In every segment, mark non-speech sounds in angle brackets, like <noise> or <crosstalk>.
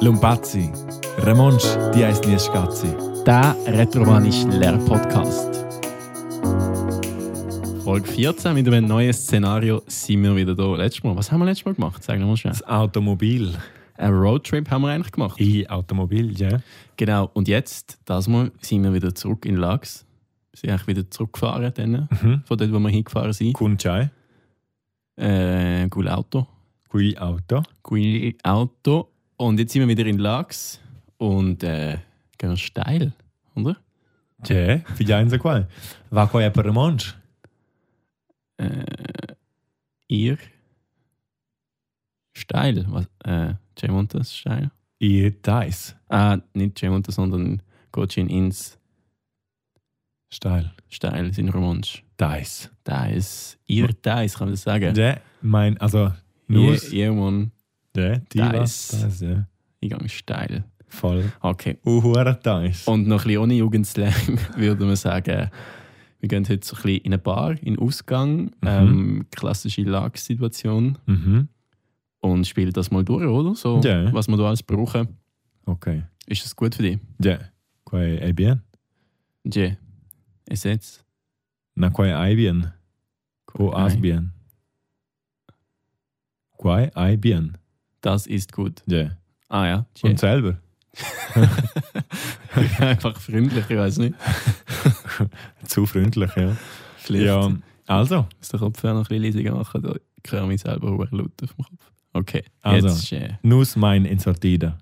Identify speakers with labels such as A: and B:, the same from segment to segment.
A: Lumpazzi, Ramonsch, die heisst nie Schatzi.
B: Der retromanische Lehrpodcast. Folge 14 mit einem neuen Szenario sind wir wieder da. Letztes Mal, was haben wir letztes Mal gemacht? Sag nochmal schnell.
A: Das Automobil.
B: Ein Roadtrip haben wir eigentlich gemacht.
A: I Automobil, ja.
B: Genau, und jetzt, das Mal, sind wir wieder zurück in Lax. Sind eigentlich wieder zurückgefahren, dann,
A: Mhm.
B: von dort, wo wir hingefahren sind.
A: Kunchai,
B: Äh, cool Auto.
A: Gui Auto.
B: Cool Auto. Und jetzt sind wir wieder in Lax und äh, gehen wir steil, oder?
A: Ja, figlianza qual. Va qua è per Ramonsch.
B: Äh, ihr steil. Was, äh, Jay Montes steil?
A: I Thais.
B: Ah, nicht Jay Montes, sondern Gochin ins
A: Steil.
B: steil, sind Romansch.
A: Thais.
B: Da ist ihr da ist, kann man das sagen?
A: Ja, mein, also, nur.
B: Ihr, ihr Mann,
A: Ja, die
B: Thais.
A: was, Thais, ja.
B: ich gang steil.
A: Voll.
B: Okay.
A: Uhura Thais.
B: Und noch ein bisschen ohne Jugendslang <laughs> würde man sagen, wir gehen heute so ein bisschen in eine Bar, in den Ausgang, ähm, klassische Lagssituation
A: Mhm.
B: und spielen das mal durch, oder? So,
A: Ja.
B: was wir da alles brauchen.
A: Okay.
B: Ist das gut für dich?
A: Ja. Qua è bien?
B: Je. Es jetzt.
A: Na, qua è bien? O as bien? Qua è bien?
B: Das ist gut.
A: Ja.
B: Ah ja. Je.
A: Und selber?
B: <laughs> Einfach freundlich, ich weiß nicht.
A: Zu freundlich, ja.
B: Schlecht.
A: Ja, also,
B: Muss den Kopf noch ein bisschen leiser machen, da ich höre mich selber verdammt laut auf dem Kopf. Okay,
A: Also.
B: jetzt ist, äh,
A: nus mein in sortida.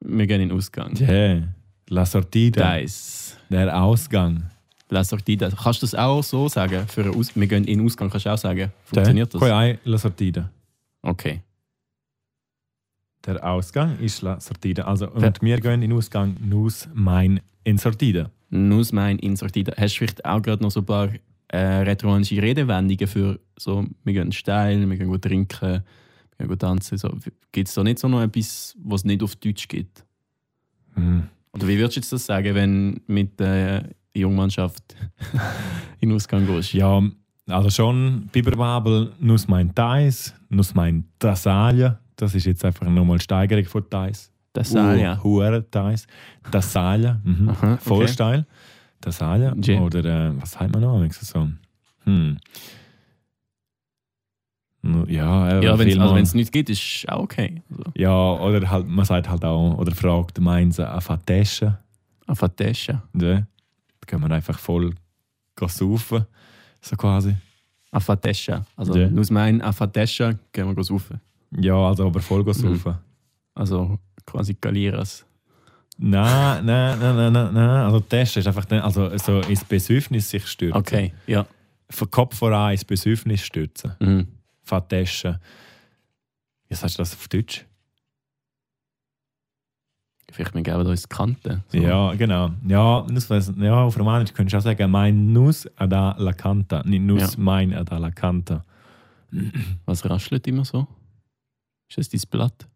B: wir gehen in den Ausgang.
A: Yeah. La sortida.
B: Dice.
A: Der Ausgang.
B: Lass doch die das. Kannst du das auch so sagen? Für einen Aus wir gehen in den Ausgang, kannst du auch sagen. Funktioniert
A: Quai
B: das?
A: ai la sortida.
B: Okay.
A: Der Ausgang ist la sortida. Also,
B: Ja.
A: und wir gehen in Ausgang nus mein in sortida.
B: Nus mein Insortida. Hast du vielleicht auch gerade noch so ein paar äh, retroanische Redewendungen für so, wir gehen steil, wir gehen gut trinken, wir gehen gut tanzen. So. Gibt es da nicht so noch etwas, was es nicht auf Deutsch gibt?
A: Hm.
B: Oder wie würdest du jetzt das sagen, wenn mit der Jungmannschaft <laughs> in den Ausgang gehst?
A: Ja, also schon Biberbabel, nus mein Thais, nus mein Tassalia. Das ist jetzt einfach nochmal Steigerung von Thais.
B: Das sei ja.
A: Hure Thais. Tassalia. Uh.
B: <laughs>
A: Mhm.
B: Aha, okay.
A: Voll steil. Tassalia.
B: Ja.
A: Oder äh, was sagt man noch? wenigstens so? Hm. Nu- Ja, äh,
B: Ja, wenn es
A: viel
B: also
A: mal-
B: wenn's nichts gibt, ist auch okay. Also,
A: ja, oder halt, man sagt halt auch, oder fragt meins eine Fatesche.
B: auf der Tasche.
A: Ja. Da können wir einfach voll gehen saufen. So quasi.
B: Auf der Tasche. Also,
A: Ja.
B: nur mein auf der Tasche gehen wir saufen.
A: Ja, also aber voll gehen
B: Mhm.
A: saufen.
B: Also quasi Galiras.
A: Nein, nein, nein, nein, nein, nein. Also Tasche ist einfach, dann- also so ins Besäufnis sich stürzen.
B: Okay, ja.
A: Von Kopf voran ins Besäufnis stürzen.
B: Mhm.
A: Fatesche. Wie sagst du das auf Deutsch?
B: Vielleicht wir geben uns die Kante. So.
A: Ja, genau. Ja, nus, weiss- ja, auf Romanisch könntest du auch sagen, mein Nus ada la canta. Nicht Nus,
B: Ja.
A: mein ada la canta.
B: Was raschelt immer so? Ist das dein Blatt?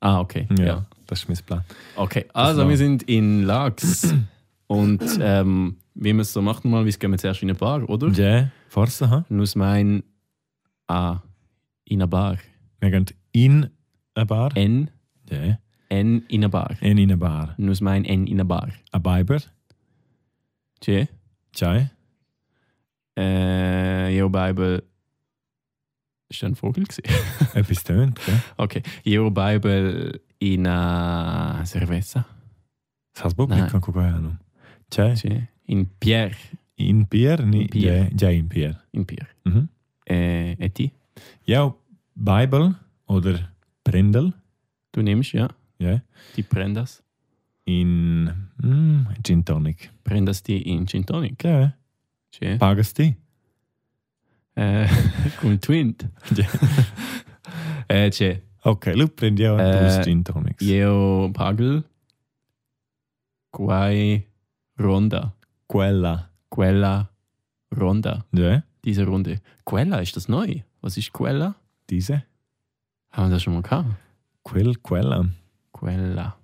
B: Ah, okay.
A: Ja,
B: Ja.
A: das ist mein Plan.
B: Okay, also
A: war-
B: wir sind in Lax. <clears throat> Und ähm, wie man es so macht, mal, wir gehen wir zuerst in eine Bar, oder?
A: Ja, Forza, ha?
B: Nur mein A. In eine Bar.
A: Wir gehen in eine Bar.
B: N.
A: Ja,
B: N in eine Bar.
A: in eine Bar.
B: Nur mein N in eine Bar.
A: A Biber,
B: Tje. <laughs>
A: Chai.
B: Äh, Yo Bible. Ist das ein Vogel? gewesen?
A: Etwas tönt, gell?
B: <laughs> Okay. Yo Bible in a Cerveza.
A: Das heißt Publikum,
B: Nein.
A: guck mal an. Chai.
B: Tje. In Pierre.
A: In Bier,
B: In
A: nicht?
B: Bier.
A: Ja, ja, in Bier.
B: In Pierre.
A: Mhm.
B: Äh, Eti.
A: Ja, Bible oder Brindel.
B: Du nimmst, ja.
A: Ja.
B: Die Prendas.
A: In mm, Gin Tonic.
B: Prendas die in Gin Tonic.
A: Ja,
B: Tje.
A: pagest du?
B: <laughs> Äh, und Twint. <laughs>
A: Ja.
B: Äh, tje.
A: Okay, schau, prendiamo
B: Eh,
A: plus Gin Tonics.
B: Yeo Pagel. Quai Ronda.
A: Quella.
B: Quella Ronda.
A: Ja,
B: Diese Runde. Quella, ist das neu? Was ist Quella? Ah,
A: diese.
B: Haben wir das schon mal gehabt?
A: Quel, quella.
B: Quella.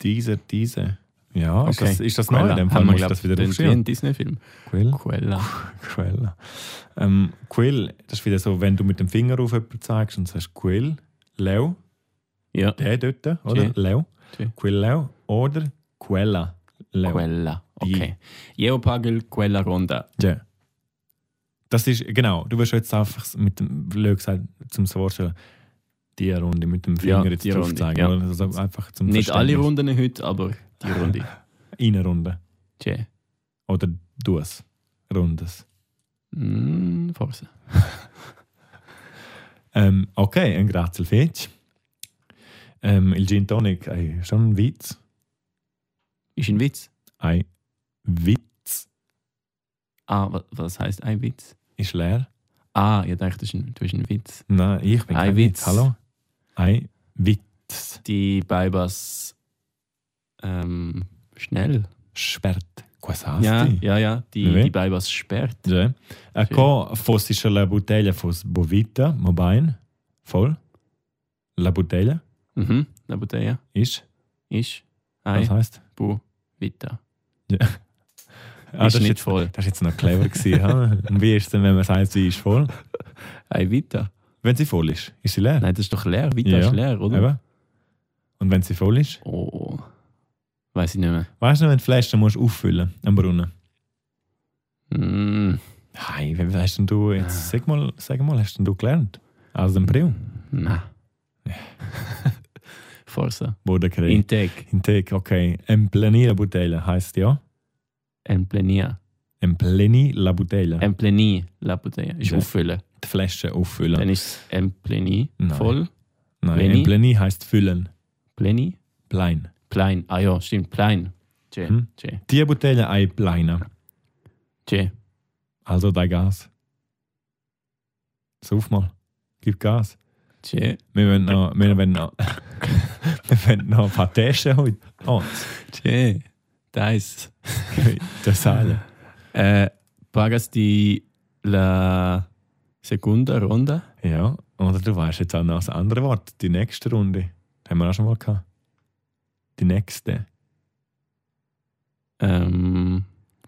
A: Diese, diese. Ja, ist
B: Okay.
A: das, ist das neu?
B: Quella.
A: In dem Fall
B: Haben wir,
A: muss ich
B: glaub,
A: das wieder
B: den-
A: aufschreiben.
B: den Disney-Film.
A: Quel,
B: Quella.
A: quella. Ähm, quel, das ist wieder so, wenn du mit dem Finger auf jemanden zeigst und sagst Quel, Leo,
B: Ja.
A: Der dort, oder?
B: Sì.
A: Leo.
B: Sì.
A: Quelleo oder Quella. Leo.
B: Quella.
A: Die.
B: Okay. Jeopagel, Quella Ronda.
A: Ja. Das ist, genau, du wirst jetzt einfach mit dem, blöd gesagt, zum Vorstellen, die Runde mit dem Finger
B: Ja,
A: jetzt
B: die
A: drauf
B: Runde,
A: zeigen.
B: ja.
A: oder? Also einfach zum
B: Nicht alle
A: Verständnis.
B: Runden heute, aber die Runde. <laughs>
A: Eine Runde.
B: Tje.
A: Oder duas Rundes.
B: Mm, Forse.
A: Ähm, okay, ein grazie al fetch. Ähm, il Gin Tonic, ey, schon ein Witz.
B: Ist ein Witz.
A: Ein Witz
B: Ah, wa- was heißt ein Witz?
A: ist leer.
B: Ah, ich dachte, das ist ein, du bist ein Witz.
A: Nein, ich bin
B: Ein
A: kein
B: Witz.
A: Hallo? Ein Witz.
B: Die Baibas ähm, schnell.
A: Spert. Quas hast
B: Ja,
A: du?
B: ja, ja. Die,
A: Wie?
B: die Baibas sperrt.
A: Già.
B: Sì.
A: Ecco, fossi c'è la bottiglia, fossi bovita, ma bene, voll. La bottiglia,
B: Mhm. Aber der, ja.
A: ist,
B: Ist
A: was
B: ein
A: heißt?
B: Bu Vita.
A: Ah, das,
B: ist
A: ist
B: nicht
A: jetzt,
B: voll.
A: das ist jetzt noch clever gewesen.
B: <laughs>
A: hä? Und wie ist es denn, wenn man sagt, sie ist voll?
B: Ein Vita?
A: Wenn sie voll ist, ist sie leer.
B: Nein, das ist doch leer. Vita
A: Ja,
B: ist leer, oder?
A: Eben. Und wenn sie voll ist,
B: Oh. Weiß ich nicht mehr.
A: weißt du, noch, wenn du die Flasche musst du auffüllen am Brunnen?
B: Mm.
A: Nein, wie hast denn du jetzt,
B: Ah.
A: sag mal, sag mal, hast denn du gelernt? Aus dem
B: <laughs>
A: Brill,
B: Nein. Forza.
A: Bodenkrieg.
B: Integ.
A: Intake, okay. Empleni la bottiglia heißt ja.
B: Emplenia.
A: Empleni la bottiglia.
B: Emplenie. La Bouteille. Ist
A: Ja.
B: auffüllen.
A: die Flasche auffüllen.
B: Dann ist es Emplenie.
A: Nein.
B: Voll.
A: Nein,
B: Pleni?
A: ein Pleni heißt füllen.
B: Pleni.
A: Plein.
B: Plein. Ah ja, stimmt. Plein. Tje.
A: Hm.
B: Tje.
A: Die Bouteille ein Pleiner.
B: Tje.
A: Also dein Gas. Sauf mal. Gib Gas.
B: Tje.
A: Wir wollen noch, wir wollen noch, <laughs> wir wollen noch ein paar Taschen heute. Oh,
B: Tje. Dice.
A: das alle.
B: Äh, pagas di la segunda ronda?
A: Ja, oder du weißt jetzt auch noch das andere Wort. Die nächste Runde. Haben wir auch schon mal gehabt. Die nächste.
B: Ähm,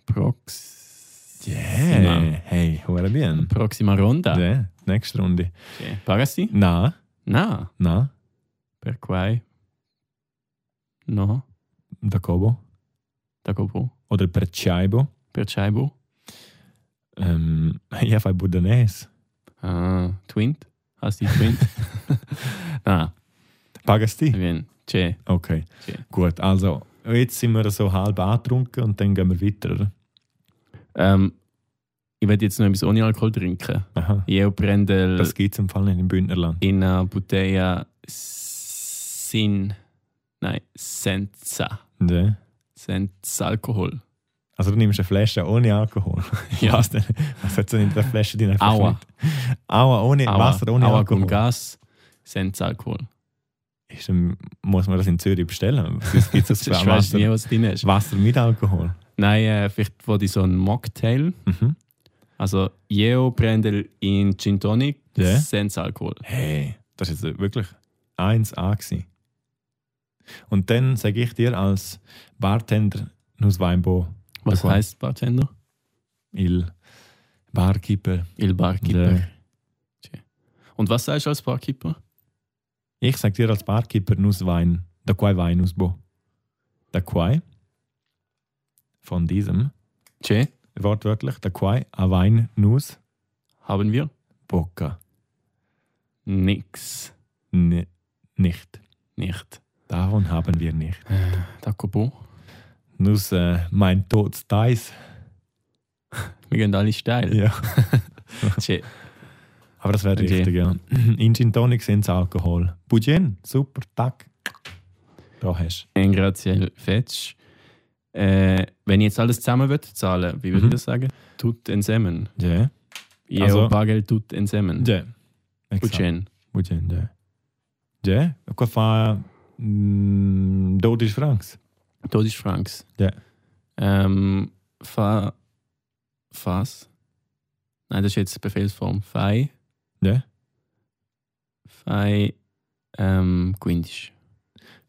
B: prox.
A: Yeah. Hey, hör bien.
B: Proxima ronda.
A: Ja, nächste Runde.
B: Tje. Pagas di?
A: Na,
B: Na.
A: na,
B: Per quai? No,
A: da Kobo.
B: tako bo.
A: Oder per Ciaibo.
B: Per čaj bo?
A: Ähm, <laughs> ja, bei Budanese.
B: Ah, twint? Hast du
A: <laughs>
B: twint? Na,
A: Pagasti?
B: vem, če.
A: Okay.
B: Okay.
A: Gut, also jetzt sind wir so halb angetrunken und dann gehen wir weiter, oder?
B: Ähm, ich werde jetzt noch etwas ohne Alkohol trinken.
A: Aha.
B: Jeo Brendel
A: Das gibt es im Fall nicht im Bündnerland.
B: in a Bouteille sin. Nein, senza.
A: Ja.
B: Senza Alkohol.
A: Also du nimmst eine Flasche ohne Alkohol.
B: <laughs> Ja.
A: Was, denn? was hat denn in der Flasche drin? Einfach
B: Aua.
A: nicht. Aua, ohne
B: Aua,
A: Wasser, ohne
B: Aua cum
A: Alkohol.
B: Gas, senza Alkohol.
A: Ist, ähm, muss man das in Zürich bestellen? Sonst gibt es
B: <laughs> Ich weiß nie,
A: Wasser,
B: was drin ist.
A: Wasser mit Alkohol.
B: Nein, äh, vielleicht wollte ich so einen Mocktail.
A: Mhm.
B: Also Jeo Brendel in Gin Tonic,
A: Ja.
B: senza Alkohol.
A: Hey, das ist jetzt wirklich 1A gewesen. Und dann sage ich dir als Bartender Nussweinbo
B: Was
A: Alkohol.
B: heißt Bartender?
A: il Barkeeper.
B: Il Barkeeper.
A: Ja.
B: Und was sagst du als Barkeeper?
A: Ich sage dir als Barkeeper Nusswein, da quai Wein Nussbo. Da quai von diesem
B: Che,
A: wortwörtlich, da quai a Wein Nuss
B: haben wir?
A: Bocca.
B: Nix.
A: Ne, nicht.
B: Nicht.
A: Davon haben wir nicht.
B: Takobo.
A: Nuss äh, mein Tod Deis.
B: Wir gehen alle steil.
A: Ja.
B: Che,
A: Aber das wäre
B: Okay.
A: richtig, ja. <clears throat> In Gin Tonic sind es Alkohol. Bujin, super, tack. Da hast
B: en grazie fetch. Äh, wenn ich jetzt alles zusammen würde zahlen, wie würde
A: Mhm.
B: ich das sagen? Tut ensemmen.
A: du. Ja.
B: Jeo
A: Also-
B: Bagel tut ensemmen.
A: Ja. Exakt.
B: Uchen.
A: Budget, ja. Ja, mm, ich fahre dort ist Franks.
B: Tod ist Franks.
A: Ja.
B: Ähm, fa, fas. Nein, das ist jetzt Befehlsform. Fei.
A: Ja.
B: Fei. Ähm, Quindisch.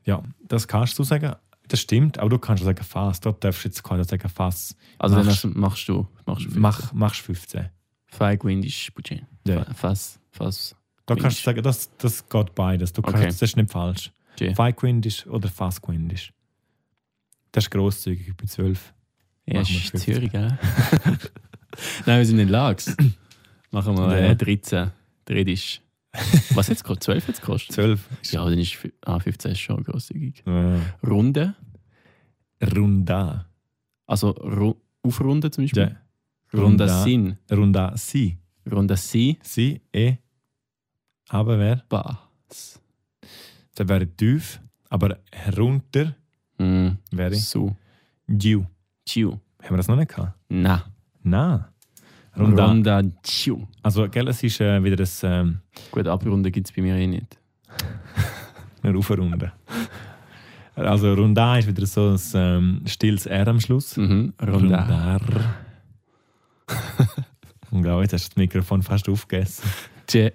A: ja, das kannst du sagen. Das stimmt, aber du kannst sagen Fass. Dort darfst du jetzt keiner sagen Fass.
B: Also dann
A: Machst-
B: machst, machst du. Machst du
A: Mach, machst 15.
B: Fei Quindisch Budget.
A: Ja.
B: Fa- Fas. Fas.
A: Da
B: Findest
A: kannst du
B: du?
A: sagen, das, das geht beides. Du kannst,
B: Okay.
A: Das ist nicht falsch.
B: Jay.
A: Feinquindisch oder Fassquindisch. Das ist grosszügig bei 12.
B: Ja,
A: Machen wir
B: ist
A: 50.
B: Zürich, gell? <laughs> Nein, wir sind in Lags. Machen wir
A: Ja.
B: äh, 13. Dredisch. Was jetzt kostet? 12 jetzt kostet?
A: 12.
B: Ja, aber dann ist fü- ah, 15 ist schon großzügig.
A: Äh,
B: Runde,
A: runda.
B: also ru aufrunden zum Beispiel.
A: Ja.
B: Runda Sinn.
A: Runda si.
B: Runda Si.
A: Si, e. Aber wäre,
B: Bas.
A: das wäre tief, aber herunter
B: Mm.
A: wäre
B: Su.
A: giu.
B: Chiu.
A: Haben wir das noch nicht gehabt?
B: Na.
A: Nein. Runda.
B: Runda, Chiu.
A: Also, gell, es ist äh, wieder das ähm,
B: Gut, Abrunden gibt es bei mir eh nicht.
A: eine Raufrunde. also, Runda ist wieder so ein ähm, stilles R am Schluss.
B: Mhm. Runda. <laughs>
A: Rundar. Unglaublich, jetzt hast du das Mikrofon fast aufgegessen.
B: Che,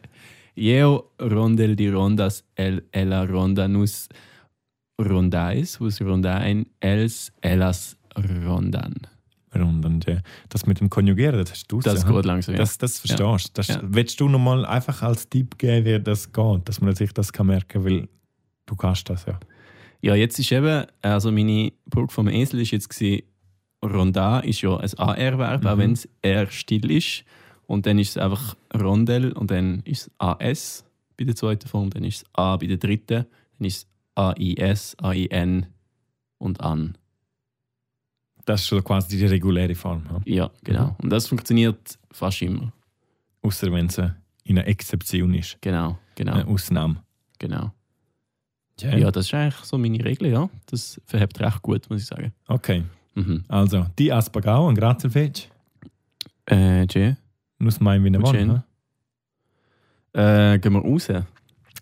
B: Jeo rondel di rondas el ella ronda nus rondais, us rondain els ellas rondan.
A: Runden, ja. Das mit dem Konjugieren, das hast du
B: Das
A: raus,
B: geht langsam.
A: hä?
B: Ja.
A: das, das verstehst du. Das
B: Ja.
A: Willst du nochmal einfach als Tipp geben, wie das geht, dass man sich das kann merken weil du kannst das ja.
B: ja, jetzt ist eben, also meine Brücke vom Esel ist jetzt gewesen, ronda ist ja ein AR-Verb, auch
A: Mhm.
B: wenn es R still ist. Und dann ist es einfach rondel und dann ist es AS bei der zweiten Form, dann ist es A bei der dritten, dann ist es AIS, AIN und AN.
A: Das ist schon quasi die reguläre Form. Ja?
B: Ja, genau. Und das funktioniert fast immer.
A: Außer wenn es äh, in einer Exzeption ist.
B: Genau, genau,
A: Eine Ausnahme.
B: genau.
A: Ja.
B: Ja, das ist eigentlich so meine Regel, ja. Das verhebt recht gut, muss ich sagen.
A: Okay,
B: Mhm.
A: also die Aspagau und Grazerfetsch.
B: Äh, Jay,
A: Muss meinen, wie er
B: Gut,
A: will.
B: schön.
A: ne?
B: äh, gehen wir raus. Wir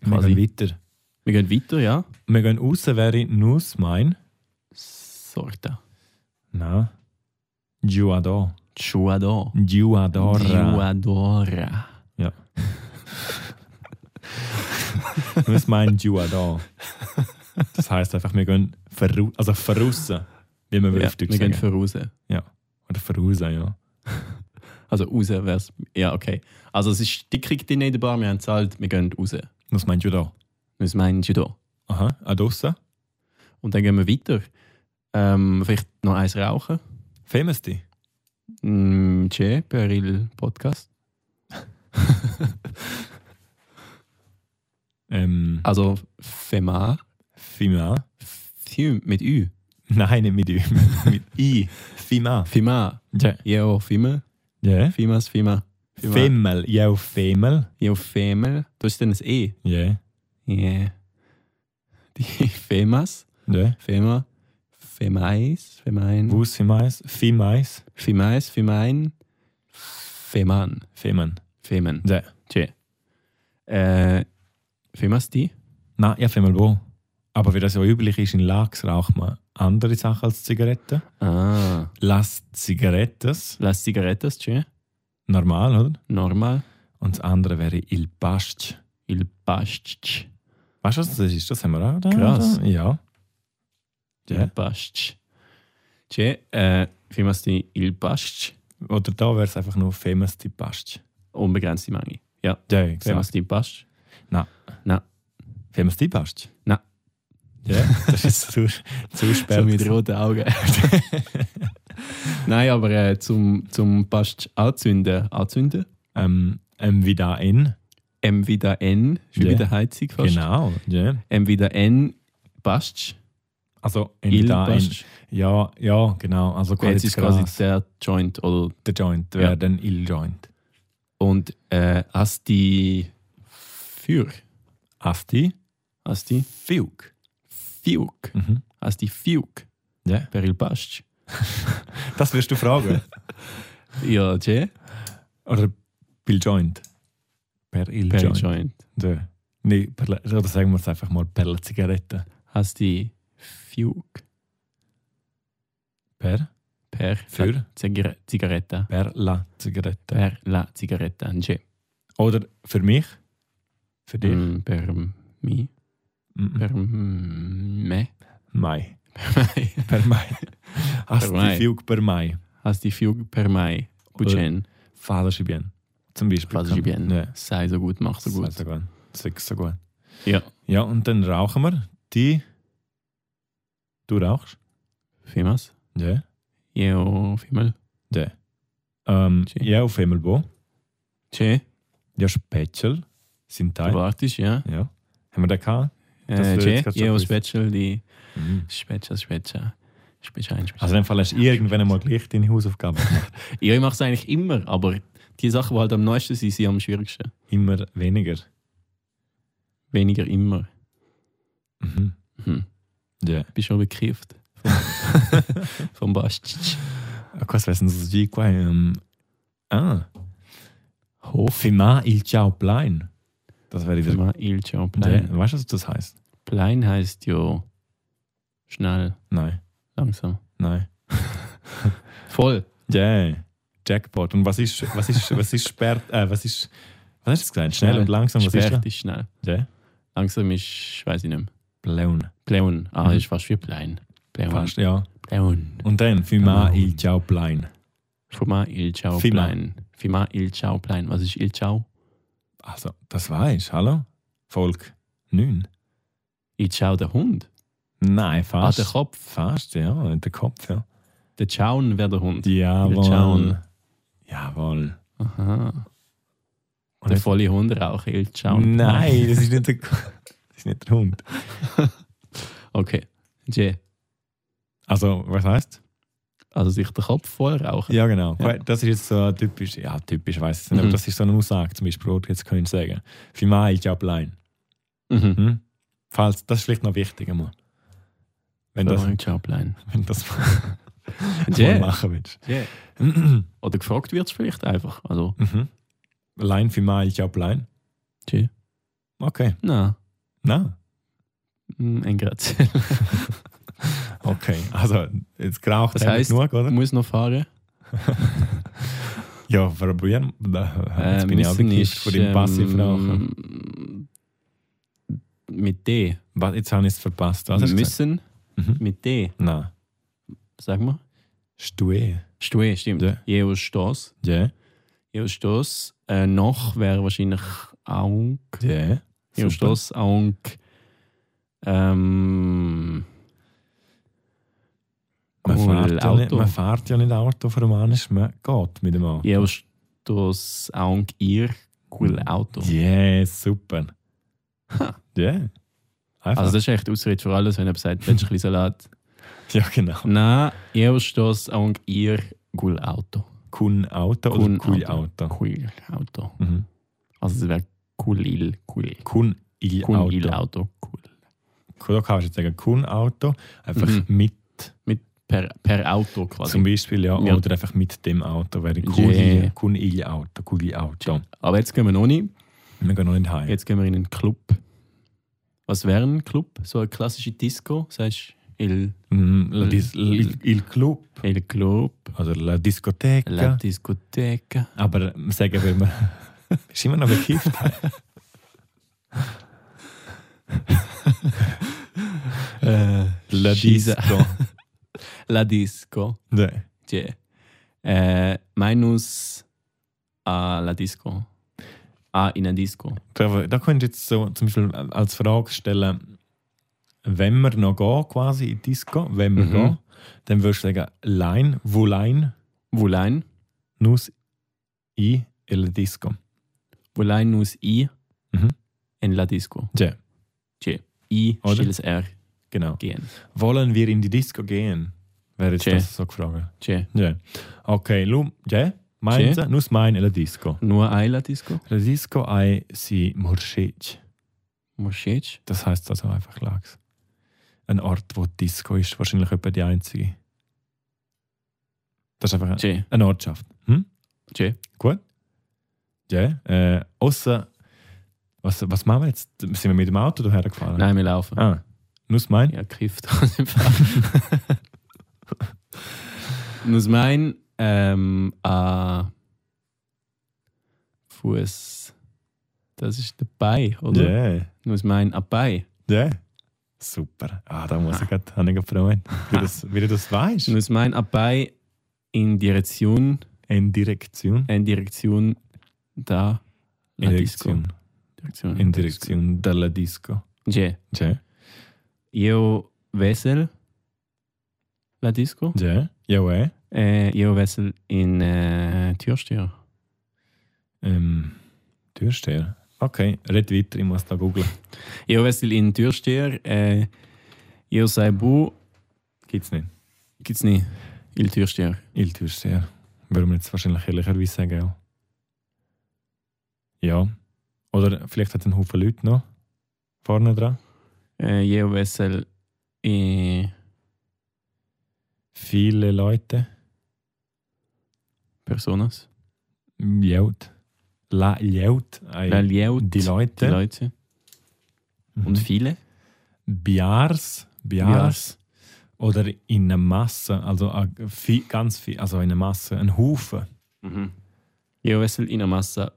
A: Wir
B: Quasi.
A: gehen weiter.
B: gehen weiter, ja.
A: Wir gehen raus, wäre Nuss mein.
B: Sorta.
A: Nein. Giuador.
B: Chuador.
A: Giuadora.
B: Chuadora.
A: Was meint Giuador? Das heisst einfach, wir gehen verru also verrussen, wie man
B: Ja,
A: richtig
B: wir gehen
A: sagt.
B: für raus.
A: Oder verrusen, ja.
B: Also raus wär's. Ja, okay. Also es ist dickig in der Bar, wir haben zahlt, wir gehen raus.
A: Was meint Giuador?
B: Was meinst du da?
A: Aha, adossa.
B: Und dann gehen wir weiter. Ähm, vielleicht noch eins rauchen.
A: Famous die.
B: Mm, Jay, Peril Podcast.
A: Ähm,
B: Also Fema.
A: Fima.
B: Fim mit Ü.
A: Nein, nicht mit Ü. <laughs> mit I. Fima.
B: Fima.
A: Ja.
B: Ja, Fima.
A: Ja.
B: Fimas, Fima. Fima.
A: Femel. Ja, auch Femel.
B: Ja, Femel. Da ist dann ein E.
A: Ja.
B: Ja. Die Femas.
A: Ja.
B: Fema. Femais. Femein.
A: Wus Fimais. Fimais.
B: Femais, Femein. Feman.
A: Femen.
B: Femen.
A: Ja.
B: Tje. Äh, Femas die?
A: Nein, ich habe mal wo. Aber wie das ja üblich ist, in Lachs raucht man andere Sachen als Zigaretten.
B: Ah.
A: Las Zigarettes,
B: Las Zigarettes, tje.
A: normal, oder?
B: Normal.
A: Und das andere wäre Il Bast.
B: Il Bastsch.
A: Weißt du, was das ist? Das haben wir auch. Da,
B: Krass.
A: Da. Ja.
B: Il Bastsch. Tje. Äh, Femas die Il Bastsch.
A: Oder da wäre es einfach nur Famous die Bast.
B: Unbegrenzte Menge. Ja.
A: Ja,
B: Wenn
A: exakt.
B: es dir passt.
A: Famous die Bast.
B: Nein.
A: Ja, das ist zu,
B: <laughs>
A: zu spät.
B: roten Augen. <laughs> Nein, aber äh, zum, zum Past anzünden. Anzünden.
A: ähm, ähm, wieder in.
B: M wieder N. Schon
A: Ja.
B: wieder Heizung fast.
A: Genau. Ja.
B: M wieder N. Past.
A: Also in
B: Il
A: wieder in.
B: Past.
A: Ja, ja, genau. Also
B: Jetzt ist quasi
A: Gras.
B: der Joint. Oder,
A: der Joint
B: Ja.
A: wäre dann Il Joint.
B: und äh, Asti. Für.
A: Asti.
B: Asti.
A: Fiuk.
B: Fiuk.
A: Mhm.
B: Asti Fiuk.
A: Ja.
B: Peril Past.
A: Das wirst du fragen.
B: Ja, Jay.
A: Oder Bill Joint. Per Il
B: Peril
A: Joint.
B: Joint.
A: Ja. Nee, per, la- oder sagen wir es einfach mal per la Zigarette.
B: Asti Fiuk.
A: Per?
B: Per.
A: Für?
B: Zigar- Zigarette.
A: Per la Zigarette.
B: Per la Zigarette an Jay.
A: Oder für mich? Für dich?
B: Mm, per mi,
A: Mm.
B: per me. <laughs>
A: Mai. Per Mai. <laughs> Hast
B: Per Mai.
A: du Fiuk per Mai?
B: Hast die Fiug per mai. Buchen.
A: Fala si bien. zum Beispiel.
B: Quasi bien.
A: Äh, Ja,
B: Sei so gut, mach so gut.
A: Sei so gut. Sei so gut.
B: Ja.
A: Ja, und dann rauchen wir die. Du rauchst?
B: Vielmals.
A: Ja.
B: Ja, vielmal.
A: Ja. Ähm,
B: Tschä.
A: ja, auf Himmelbo.
B: Che,
A: Ja, Spätzle sind
B: du
A: Teil.
B: wartest, ja.
A: Ja. Haben wir den gehabt? Das
B: Äh,
A: wird
B: Che,
A: jetzt gerade schon
B: ja,
A: gewusst.
B: Special, die
A: Mhm.
B: Special, Special. Special, Special.
A: Also, in dem Fall hast du irgendwann einmal gleich deine Hausaufgaben gemacht.
B: ja, ich mache es eigentlich immer, aber die Sachen, die halt am neuesten sind, sind am schwierigsten.
A: Immer weniger.
B: Weniger immer.
A: Mhm.
B: Hm.
A: <laughs> Ja.
B: Ich bin schon bekifft.
A: Ah,
B: Vom- Vom Bastsch.
A: A cosa sono così qua? Um, ah. Hofe ma il ciao plein. Das wäre wieder.
B: Il Ciao
A: Ja,
B: Plein.
A: weißt du, was das heißt?
B: Plein heißt ja schnell,
A: Nein,
B: langsam.
A: nein.
B: Voll.
A: Yeah. Jackpot. Und was ist, was ist, was ist sperrt, äh, was ist, was hast du gesagt? Schnell
B: Schnell.
A: und langsam, was
B: Sperrt
A: ist
B: ist schnell.
A: da? Yeah.
B: Langsam ist, weiß ich nicht mehr.
A: Pleun.
B: Pleon. Ah,
A: Mhm.
B: ist fast wie Plein. Pleon.
A: Fast, ja.
B: Pleon.
A: Und dann, für ma
B: Pleun.
A: il ciao plein.
B: Fima il Ciao
A: Fima.
B: Plein. Fima il Ciao Plein. Was ist il Ciao?
A: Also, das weiß, hallo? Volk 9.
B: Il Ciao der Hund.
A: Nein,
B: Ah,
A: fast.
B: der Kopf.
A: Fast, ja, der Kopf, ja.
B: Der Ciauen wäre der Hund.
A: Jawohl.
B: Ciao.
A: Jawohl.
B: Aha.
A: Und
B: der
A: jetzt-
B: volle Hund raucht il Ciao.
A: Nein, das ist nicht der,
B: <laughs>
A: das ist nicht der Hund.
B: Okay. Je.
A: Also, was heißt?
B: Also sich den Kopf voll rauchen.
A: Ja, genau.
B: Ja.
A: Das ist jetzt so typisch, ja, typisch, weiß ich nicht, aber
B: Mhm.
A: das ist so eine Aussage, zum Beispiel, oder? jetzt kann ich sagen, für mich, ich allein.
B: Mhm.
A: Hm? Falls, das ist vielleicht noch wichtig einmal. Wenn, das, <laughs>
B: Fima il Ciao Plein.
A: wenn das
B: Ja.
A: mal machen willst.
B: Ja. Oder gefragt wird es vielleicht einfach. Also,
A: Mhm. Allein für mich, ich allein.
B: tschüss.
A: Okay.
B: Na, mm,
A: Na,
B: ein Grad.
A: okay. Also, jetzt geraucht
B: Das
A: haben wir
B: heisst-
A: genug, oder?
B: Muss noch fahren.
A: Ja, probieren. Jetzt
B: Äh,
A: bin ich auch
B: müssen ähm,
A: bekifft
B: ist,
A: von dem Passiv nachher.
B: ähm, Mit D.
A: Was, jetzt habe ich es verpasst. Was hast du gesagt?
B: müssen
A: Mhm.
B: mit D.
A: Nein.
B: Sag mal.
A: Stue.
B: Stue, stimmt.
A: Ja.
B: Jeus Stoss.
A: Ja.
B: Jeus Stoss. Äh, noch wäre wahrscheinlich Aung.
A: Ja.
B: Jeus
A: Super.
B: Stoss, Aung. Ähm.
A: Man,
B: cool,
A: fährt ja nicht,
B: Oh, Auto.
A: man fährt ja nicht Auto für Romanisch, man geht mit dem Auto.
B: Jeus Stoss, Aung, ihr. Cool
A: Mhm.
B: Auto.
A: Yes, super.
B: Ha.
A: Ja. Einfach.
B: Also das ist echt Ausrede für alles, wenn er sagt, willst du ein
A: <laughs>
B: bisschen Salat?
A: ja, genau.
B: Nein, ihr stoß und ihr gul Auto.
A: Kun Auto oder
B: Kun
A: Kui Also Auto.
B: Cool Auto.
A: Mhm.
B: Also es wäre coolil, cool.
A: Kun Il
B: Cool il
A: Auto.
B: Auto. Cool.
A: Da kannst du jetzt sagen Kun Auto, einfach
B: Mhm.
A: mit
B: Per, per Auto quasi.
A: zum Beispiel, ja,
B: Ja.
A: oder einfach mit dem Auto wäre
B: Yeah.
A: Kun Il- Kun Il Auto, Kui Auto.
B: Aber jetzt gehen wir noch nicht.
A: Wir gehen noch nicht heim.
B: Jetzt gehen wir in einen Club. Was wäre ein Club? So eine klassische Disco, sagst du? Il,
A: Mm, la dis- il, il Club
B: il Club,
A: oder La Discoteca.
B: la Discoteca.
A: Aber sagen wir mal, <laughs> ist immer noch bekifft.
B: <laughs> Äh,
A: La
B: Scheiße.
A: Disco.
B: <laughs> La Disco.
A: Nein.
B: Yeah. Äh, minus a la disco. A in a disco.
A: Da, da könntest du jetzt so zum Beispiel als Frage stellen, wenn wir noch gehen, quasi in die Disco, wenn wir
B: Mhm.
A: gehen, dann würdest du sagen, Lein, wo Lein,
B: Wulein.
A: nus i el Disco.
B: Wulein nus i
A: Mhm.
B: en la disco.
A: Ja,
B: Che. I
A: Oder?
B: stilles R
A: genau.
B: gehen.
A: Wollen wir in die Disco gehen? Wäre jetzt
B: Tja.
A: das so gefragt.
B: Che.
A: Ja. Okay, Lu, ja, meinst du, nus mein el Disco.
B: Nur a la disco.
A: El Disco ei si murschic.
B: Moschetsch.
A: Das heißt also einfach Lachs. Ein Ort, wo Disco ist, wahrscheinlich etwa die einzige. Das ist einfach
B: Che.
A: eine Ortschaft. Hm?
B: Che.
A: Gut. Ja. Äh, außer, was, was machen wir jetzt? Sind wir mit dem Auto daher gefahren?
B: Nein, wir laufen.
A: Ah, nus mein?
B: Ja, kifft. aus
A: <laughs>
B: dem Fall. Nus mein ähm, a Fuß. Das ist der Bei, oder?
A: Ja.
B: Nus mein a Bei.
A: Ja. Super. Ah, da muss ich gerade, habe ich grad freuen. Wie, das, wie du das weißt.
B: Nus mein a Bei in Direktion,
A: In Direktion.
B: in Direktion Da. La
A: In
B: Disco.
A: direzione,
B: Direzione.
A: in direzione della disco.
B: Gé.
A: C'è?
B: Io vessel la disco
A: C'è? Ja, eh?
B: e io vessel in eh, Türsteher.
A: Ähm, Türsteher. Okay, red weiter, ich muss da googeln.
B: Io vessel in Türsteher e io sei bu
A: Gibt's nicht.
B: gibt's nie. Il Türsteher.
A: Il Türsteher. Würden wir jetzt wahrscheinlich ehrlicherweise sagen, ja. Ja. Oder vielleicht hat es einen Haufen Leute noch vorne dran.
B: E io vessel in
A: Viele Leute.
B: Personas.
A: Laut. La Laut. Ei,
B: La Lieut.
A: Die
B: Die
A: Leute.
B: Leute. Und
A: Mhm.
B: viele.
A: Biars. Biars. Oder in einer Masse. Also a- vi- ganz viel. Also in einer Masse. Ein Haufen.
B: Mhm. Io vessel in a massa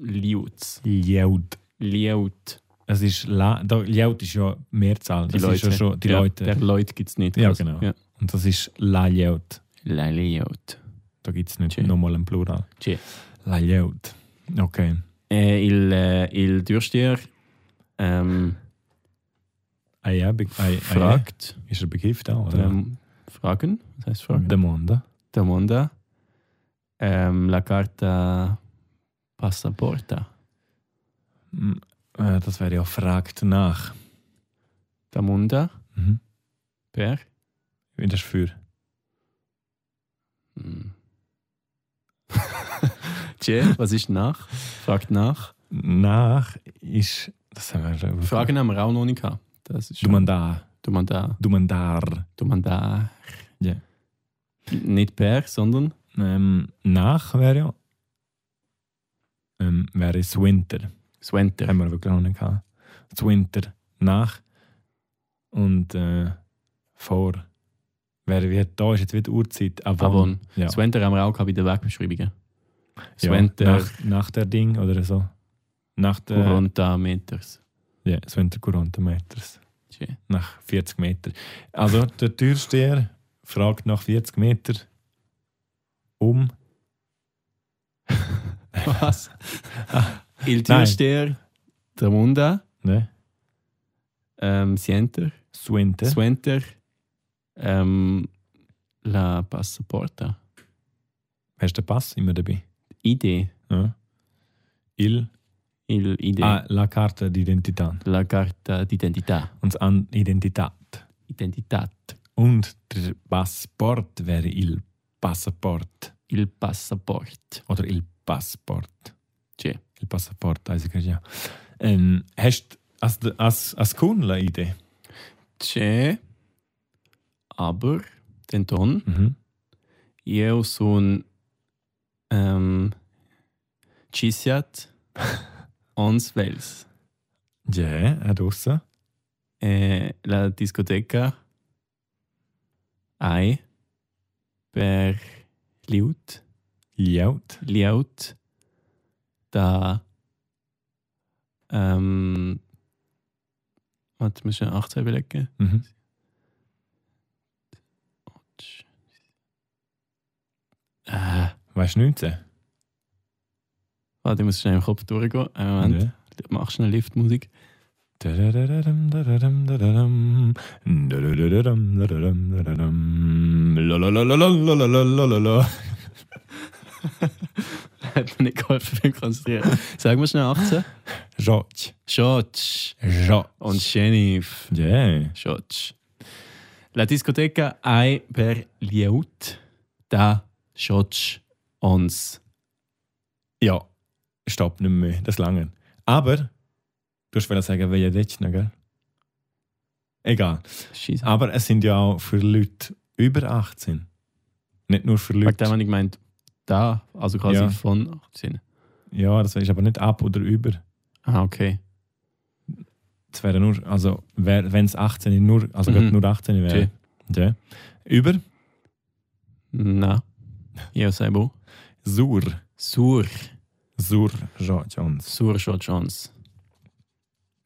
B: Liut.
A: Laut.
B: Liut.
A: Es ist la, da, Laut ist ja Mehrzahl.
B: Die
A: das
B: Leute.
A: Ist ja schon die
B: ja,
A: Leute.
B: Der Leute gibt's nicht.
A: Ja,
B: quasi.
A: genau.
B: Ja.
A: Und das ist La Laut.
B: La Liut.
A: Da gibt es nicht
B: Sì.
A: nochmal ein Plural.
B: Sì.
A: La Laut. Okay.
B: Eh, il, eh, il Türsteher ähm,
A: Ah ja, be- ah, ja.
B: fragt,
A: Ist er bekifft auch, oder?
B: ähm, Fragen, was heißt Fragen?
A: Demanda.
B: Demanda ähm, la carta passaporta.
A: Hm, äh, Das wäre ja fragt nach.
B: Demanda
A: Mhm.
B: per
A: Wenn das für.
B: hm. <laughs> Tje, was ist nach? Fragt nach.
A: Nach ist. Das haben wir schon.
B: Fragen haben wir auch noch nicht gehabt. Das ist
A: Dumandar.
B: Domanda.
A: Dumandar.
B: Domanda.
A: Ja.
B: Nicht per, sondern
A: Ähm, nach wäre ja. Ähm, wäre es Winter.
B: Swenter.
A: Haben wir wirklich noch nicht gehabt. Das Winter, nach und äh, vor. Wer wird, da ist jetzt wieder Uhrzeit. Avon.
B: Avon.
A: Ja.
B: Swenter haben wir auch gehabt bei den Wegbeschreibungen.
A: Ja,
B: Swenter.
A: Nach, äh, nach der Ding oder so. Nach der.
B: 40 Meters.
A: Ja, Winter 40 Meters.
B: Tje. <laughs>
A: Nach 40 Meter. Also der Türsteher fragt nach 40 Meter um.
B: Was? Il Türsteher, der Munda,
A: Ne?
B: ähm, Sienter,
A: Swinter.
B: Swenter, ähm, La Passaporta.
A: Hast du den Pass immer dabei?
B: Idee.
A: Ja. Il.
B: Il Idee.
A: Ah, la carta d'identità.
B: La Carta d'Identità.
A: Und das an Identität.
B: Identitat.
A: Und der Passport wäre il Passport.
B: Il Passaport.
A: Oder il Passport.
B: Sì.
A: Il Passport, weiß ich gar nicht. ja. Ähm, hast du als, als, als Kunde eine Idee?
B: C'è. Aber, den Ton,
A: Mhm.
B: io sono ähm, Cisiat Ons Wales.
A: Ja, yeah, draussen.
B: eh, la discoteca Ai per Liut,
A: Laut.
B: Liaut da ähm, warte, müssen wir acht überlegen.
A: Mhm.
B: Äh,
A: Weißt du 19?
B: warte, ich muss schnell im Kopf durchgehen. Einen Moment,
A: Ja.
B: mach schnell Liftmusik. <laughs>
A: Dadadadadam, dadadadam, dadadadadam, dadadadam, lalalalalalalalala.
B: Hat mir nicht geholfen beim Konzentrieren. Sag mal schnell 18.
A: Jotsch.
B: Schotsch
A: Jotsch.
B: und Genève.
A: Ja.
B: Schatz. La discoteca ai per Lieut da Schatz uns.
A: Ja, stopp nicht mehr, das lange. Aber, du hast wollen sagen, welche Dätschner, gell? Egal.
B: Scheiße.
A: Aber es sind ja auch für Leute über 18. Nicht nur für
B: Wegen dem
A: Leute.
B: habe ich gemeint, da, also quasi
A: Ja.
B: von 18.
A: Ja, das ist aber nicht ab oder über.
B: Ah, okay.
A: Es wäre nur, also wenn es 18 ist, nur, also gerade
B: Mhm.
A: nur 18 wäre. Ja. Über
B: Na. Io sei bo.
A: Sur.
B: Sur.
A: Sur Jean Jones.
B: Sur Schatz uns.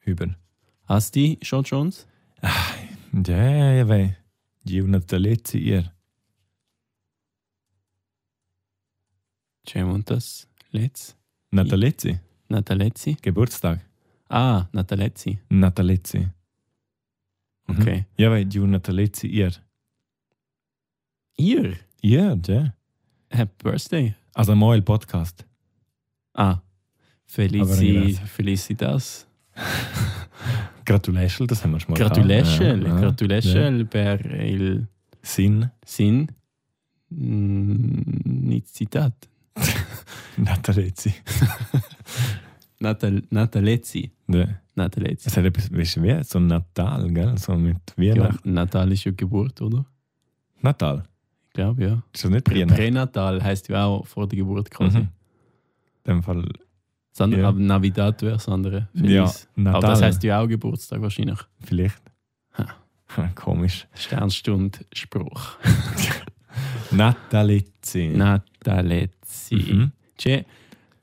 A: Über.
B: Hast du Schatz uns?
A: Ja, ja, wei. Given der letzte ihr.
B: Cem und das. Letz.
A: Natalizzi.
B: Natalizzi?
A: Geburtstag.
B: Ah, Natalizzi.
A: Natalizzi. Mhm.
B: Okay.
A: Ja, weil du Natalizzi ihr.
B: Ihr?
A: Ihr, ja.
B: Happy Birthday.
A: Also mal Podcast.
B: Ah,
A: Aber
B: Felici,
A: ich weiß.
B: Felicitas.
A: Gratulation, das haben wir schon mal gehabt.
B: Gratulation,
A: Ja, ja.
B: Gratulation per il
A: Sinn.
B: Sinn. Mm, Nicht Zitat.
A: Natalizzi.
B: Natal Natalezzi.
A: Ja.
B: Natalezzi.
A: Es hat etwas, weißt du, wie? So Natal, gell? So mit Weihnachten.
B: Ja, Natal ist ja Geburt, oder?
A: Natal.
B: Ich glaube, ja.
A: Ist das nicht
B: Prä
A: Weihnachten?
B: Pränatal heißt ja auch vor der Geburt quasi.
A: Mhm. In dem Fall.
B: Das andere,
A: Ja.
B: aber Navidad wäre das andere.
A: Ja,
B: Feliz.
A: Natal.
B: Aber das heißt ja auch Geburtstag wahrscheinlich.
A: Vielleicht.
B: Ha.
A: <laughs> Komisch.
B: Sternstund-Spruch.
A: Natalizzi.
B: Natalezzi.
A: Mhm.
B: C'è